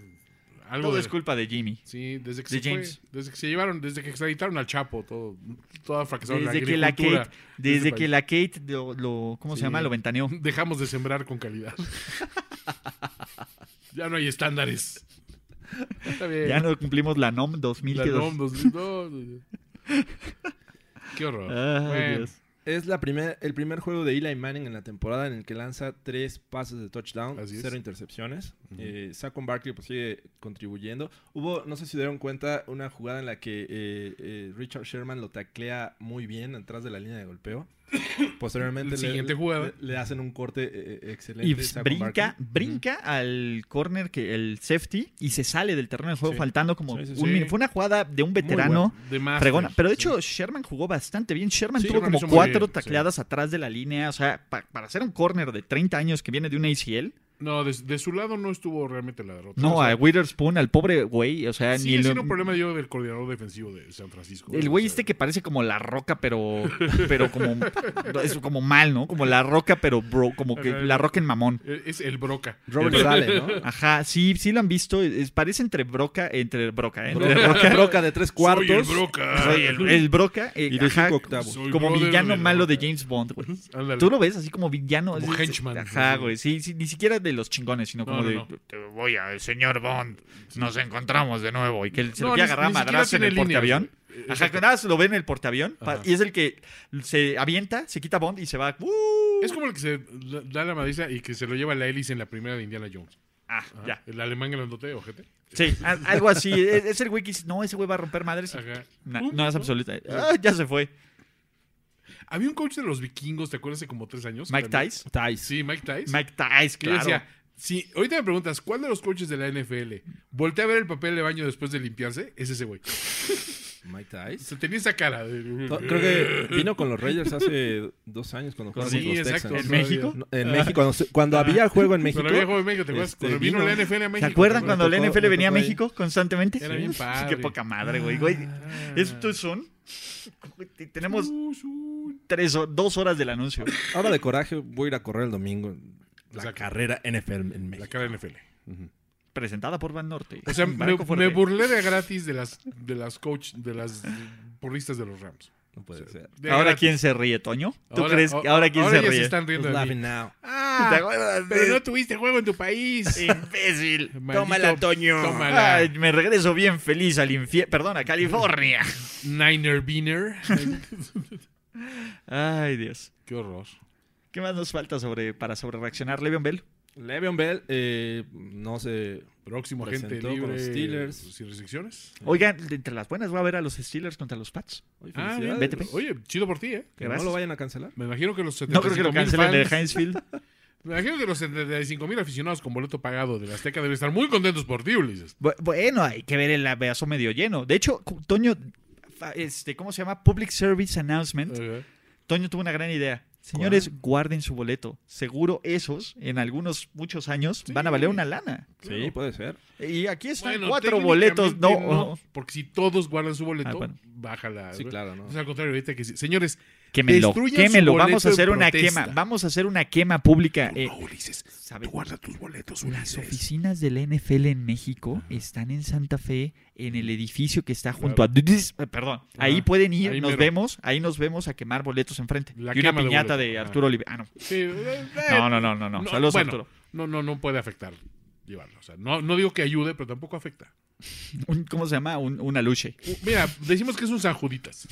S2: Algo
S1: Todo
S2: de-
S1: es culpa de Jimmy.
S2: Sí, desde que,
S1: De
S2: se fue-
S1: James.
S2: desde que se llevaron, desde que extraditaron al Chapo, todo, toda fracasada
S1: Desde
S2: la
S1: que la
S2: agricultura
S1: Kate,
S2: de este
S1: desde que
S2: país.
S1: la Kate lo, lo- ¿cómo se llama? Lo ventaneó.
S2: Dejamos de sembrar con calidad. ya no hay estándares. Está bien.
S1: Ya no cumplimos la NOM
S2: La
S1: 2002.
S2: NOM, dos- no, no, no. Qué horror.
S1: Ay,
S2: Bueno,
S1: Dios.
S3: Es la primer, el primer juego de Eli Manning en la temporada en el que lanza tres pases de touchdown,
S2: Así es.
S3: cero intercepciones. Eh, Saquon Barkley pues, sigue contribuyendo. Hubo, no sé si dieron cuenta, una jugada en la que eh, eh, Richard Sherman lo taclea muy bien atrás de la línea de golpeo. Posteriormente
S2: El
S3: le-
S2: siguiente
S3: le,
S2: jugada.
S3: le hacen un corte eh, eh, excelente.
S1: Y
S3: Saquon
S1: brinca,
S3: Barkley.
S1: brinca al corner que el safety y se sale del terreno de juego
S3: Sí.
S1: faltando como
S3: Sí, sí,
S1: un
S2: sí.
S1: minuto. Fue una jugada de un
S2: muy
S1: veterano
S2: bueno. De más.
S1: fregona. Pero de hecho, Sherman jugó bastante bien. Sherman
S2: Sí,
S1: tuvo
S2: Sherman hizo
S1: como
S2: muy
S1: cuatro
S2: bien, sí.
S1: tacleadas atrás de la línea. O sea, pa- para hacer un corner de 30 años que viene de un ACL.
S2: No, de, de su lado no estuvo realmente la derrota.
S1: No,
S2: O sea,
S1: a Witherspoon, al pobre güey. O sea, ni
S2: Sigue
S1: lo-
S2: siendo un problema yo del coordinador defensivo de San Francisco.
S1: El güey este que parece como la roca, pero. Pero como. Es como mal, ¿no? Como la roca, pero bro. Como que
S2: Ajá.
S1: la roca en mamón.
S2: e, Es el Broca.
S3: Robert
S2: El-
S3: Sale, ¿no?
S1: Ajá, sí, sí lo han visto. es- parece entre broca. Entre broca, ¿eh? Entre
S3: Broca,
S1: roca.
S3: Broca de tres cuartos.
S2: Soy el Broca.
S1: Soy el, el broca. eh,
S3: Y de
S1: ajá,
S3: cinco octavos.
S2: Soy
S1: como
S2: brother
S1: villano
S2: del
S1: malo de
S2: Broca.
S1: James Bond, güey.
S2: Ándale.
S1: Tú lo ves así como villano.
S2: Como
S1: así-
S2: henchman.
S1: Ajá, güey. Sí, sí, ni siquiera de los chingones, sino
S2: No,
S1: como
S2: no,
S1: de.
S2: no.
S5: Te voy a, señor Bond, nos encontramos de nuevo. Y
S1: Que
S5: que
S1: el- se
S2: No,
S1: lo quiere
S2: ni-
S1: agarrar a
S2: ni siquiera
S1: madrazo en
S2: tiene
S1: el
S2: líneas,
S1: portaavión.
S2: güey.
S1: Ajá,
S2: Exacto.
S1: que nada, más lo ve en el portaavión. pa-
S2: Ajá.
S1: Y es el que se avienta, se quita Bond y se va. ¡uh!
S2: Es como el que se da- da la madriza y que se lo lleva la hélice en la primera de Indiana Jones.
S1: Ah,
S2: Ajá.
S1: ya.
S2: El alemán grandote, ojete.
S1: Sí, a- algo así. Es, es el güey que dice, no, ese güey va a romper madres. y-
S2: Ajá.
S1: Na-
S2: Pum,
S1: no, es
S2: pum.
S1: absoluta. Ah, ya se fue.
S2: Había un coach de los vikingos, ¿te acuerdas? Hace como tres años.
S1: Mike
S2: También.
S1: Tice.
S3: Tice.
S2: Sí, Mike Tice.
S1: Mike Tice,
S2: Que yo
S1: claro.
S2: decía, si ahorita me preguntas, ¿cuál de los coaches de la NFL voltea a ver el papel de baño después de limpiarse? Es ese güey.
S3: Mike Tice.
S2: Se tenía esa cara. de-
S3: No, Creo que vino con los Raiders hace dos años cuando jugamos
S2: Sí,
S3: los
S2: exacto.
S3: Texans.
S1: ¿En México?
S3: No, En México, cuando, se- cuando había juego en México.
S2: Cuando había juego en México, ¿te acuerdas?
S3: Este,
S2: Cuando vino,
S3: vino.
S2: la NFL a México.
S1: ¿Se acuerdan
S2: ¿te
S1: cuando
S2: acuerdas?
S1: la
S3: tocó-
S1: NFL
S3: me
S1: venía a
S3: tocó ahí.
S1: México constantemente?
S2: Era bien
S1: Sí,
S2: padre. Ah.
S1: Qué poca madre, güey. güey. Estos son... Tenemos tres, o- dos horas del anuncio.
S3: Ahora de coraje voy a ir a correr el domingo. La
S2: Exacto.
S3: carrera NFL en
S2: La
S3: México.
S2: cara de NFL.
S1: Presentada por Van Norte.
S2: O sea, me,
S1: Barco
S2: me
S1: fuerte.
S2: burlé de gratis de las, de las coach, de las porristas de los Rams.
S3: No puede ser.
S2: De
S1: ¿Ahora
S2: gratis.
S1: quién se ríe, Toño? ¿Tú
S2: Ahora-
S1: crees que
S2: o-
S1: ahora quién
S2: ahora
S1: se
S2: ya
S1: ríe?
S2: están riendo de mí.
S3: Laughing now.
S1: ¿Te
S2: Ah,
S1: acuerdas de-
S2: pero no tuviste juego en tu país.
S1: imbécil.
S2: Maldito-
S1: Tómala, Toño.
S2: Tómala.
S1: Ay, me regreso bien feliz al infierno. Perdón, a California.
S2: Niner Beaner.
S1: Ay, Dios.
S2: Qué horror.
S1: ¿Qué más nos falta sobre, para sobre reaccionar, Le'Veon Bell?
S3: Le'Veon Bell, eh, no sé.
S2: Próximo agente
S3: Presentó con
S2: libre. pues,
S3: los Steelers.
S2: Sin restricciones.
S1: Oigan, de entre las buenas va a ver a los Steelers contra los Pats.
S3: Oye,
S2: Ah,
S3: felicidades.
S2: bien.
S1: Vete, pe.
S2: Oye, chido por ti, ¿eh?
S3: Que no
S1: Gracias.
S3: lo vayan a cancelar.
S2: Me imagino que los 75
S1: No creo que lo cancelen de Heinzfield.
S2: Me imagino que los 75 mil aficionados con boleto pagado de la Azteca deben estar muy contentos por ti, Ulises.
S1: Bu- Bueno, hay que ver el abrazo medio lleno. De hecho, cu- Toño, fa- este, ¿cómo se llama? Public Service Announcement.
S2: Ajá.
S1: Toño tuvo una gran idea. Señores,
S2: Ah.
S1: guarden su boleto. Seguro esos, en algunos, muchos años, van a valer una lana.
S3: Sí, puede ser.
S1: Y aquí están
S2: Bueno,
S1: cuatro boletos. No, oh,
S2: técnicamente Porque si todos guardan su boleto,
S1: Ah, bueno.
S2: baja la.
S3: Sí, claro, ¿no?
S2: O sea, al contrario, ahorita que sí. Señores,
S1: quémelo,
S2: Destruyan su
S1: quémelo.
S2: boleto
S1: Vamos a
S2: en
S1: hacer una
S2: protesta.
S1: quema. Vamos a hacer una quema pública. eh,
S2: no, Ulises,
S1: ¿sabe?
S2: tú guarda tus boletos,
S1: Las
S2: Ulises.
S1: oficinas del NFL en México están en Santa Fe, en el edificio que está junto a... Dudis- eh, Perdón, ahí pueden ir,
S2: Ah, ahí
S1: nos
S2: mero.
S1: vemos, ahí nos vemos a quemar boletos enfrente.
S2: La
S1: y una
S2: quema de
S1: piñata de,
S2: boletos. Ah.
S1: Arturo Olive. Ah, no.
S2: Sí, eh, eh,
S1: No, no, no, no, no. Saludos,
S2: bueno,
S1: Arturo.
S2: No, no, no puede afectar llevarlo. O sea, no, no digo que ayude, pero tampoco afecta.
S1: Un- ¿Cómo se llama? Un, un aluche.
S2: Uh, Mira, decimos que es un San Juditas.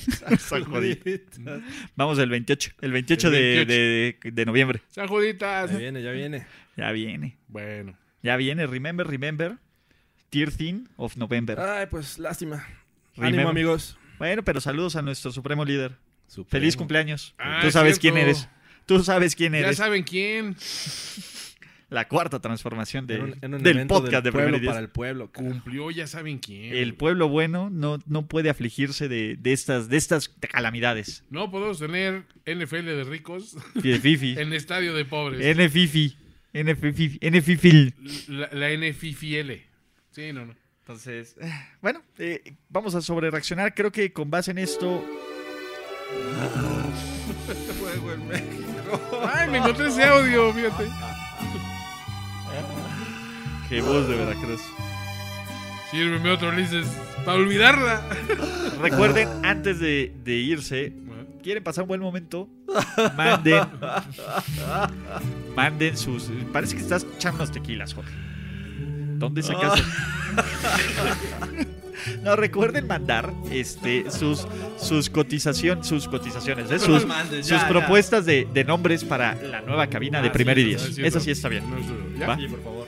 S1: Vamos el 28, el 28, de-
S2: 28.
S1: De, de noviembre.
S2: San Juditas.
S3: Ya viene, ya viene.
S1: Ya viene.
S2: Bueno.
S1: Ya viene, remember, remember. Tier Thin of November.
S2: Ah.
S3: Ay, pues lástima.
S1: Remember.
S3: Ánimo, amigos.
S1: Bueno, pero saludos a nuestro supremo líder.
S3: Supremo.
S1: Feliz cumpleaños.
S2: Ah,
S1: Tú
S2: es
S1: sabes
S2: cierto.
S1: quién eres. Tú sabes quién
S2: Ya
S1: eres.
S2: saben quién.
S1: La cuarta transformación de-
S3: En un- en un
S1: del
S3: evento
S1: podcast de
S3: pueblo
S1: Primero y Diez.
S3: para el pueblo. carajo.
S2: Cumplió, ya saben quién.
S1: El pueblo bueno no, no puede afligirse de, de estas, de estas calamidades.
S2: No podemos tener NFL de ricos
S1: Fie- Fifi.
S2: en estadio de pobres.
S1: NFIFI. NFIFI. NFIFIL.
S2: La, la NFFL. Sí, no, no.
S1: Entonces, bueno, eh, vamos a sobre reaccionar. Creo que con base en esto.
S2: Ay, me encontré ese audio, fíjate.
S1: Que voz de Veracruz.
S2: Sírveme otro, Ulises, para olvidarla.
S1: Recuerden, antes de, de irse, quieren pasar un buen momento, manden. manden sus. Parece que estás echando unos tequilas, Jorge. ¿Dónde sacas? No, recuerden mandar este, sus, sus, cotización, sus cotizaciones, ¿eh? sus,
S3: mandes,
S1: sus
S3: ya,
S1: propuestas de, de nombres para la nueva cabina de
S2: Ah,
S1: primer y
S2: cierto,
S1: diez.
S2: ah, cierto.
S1: Eso sí está bien.
S2: No, eso-
S1: ¿Va?
S2: ¿Ya?
S3: Sí, por favor.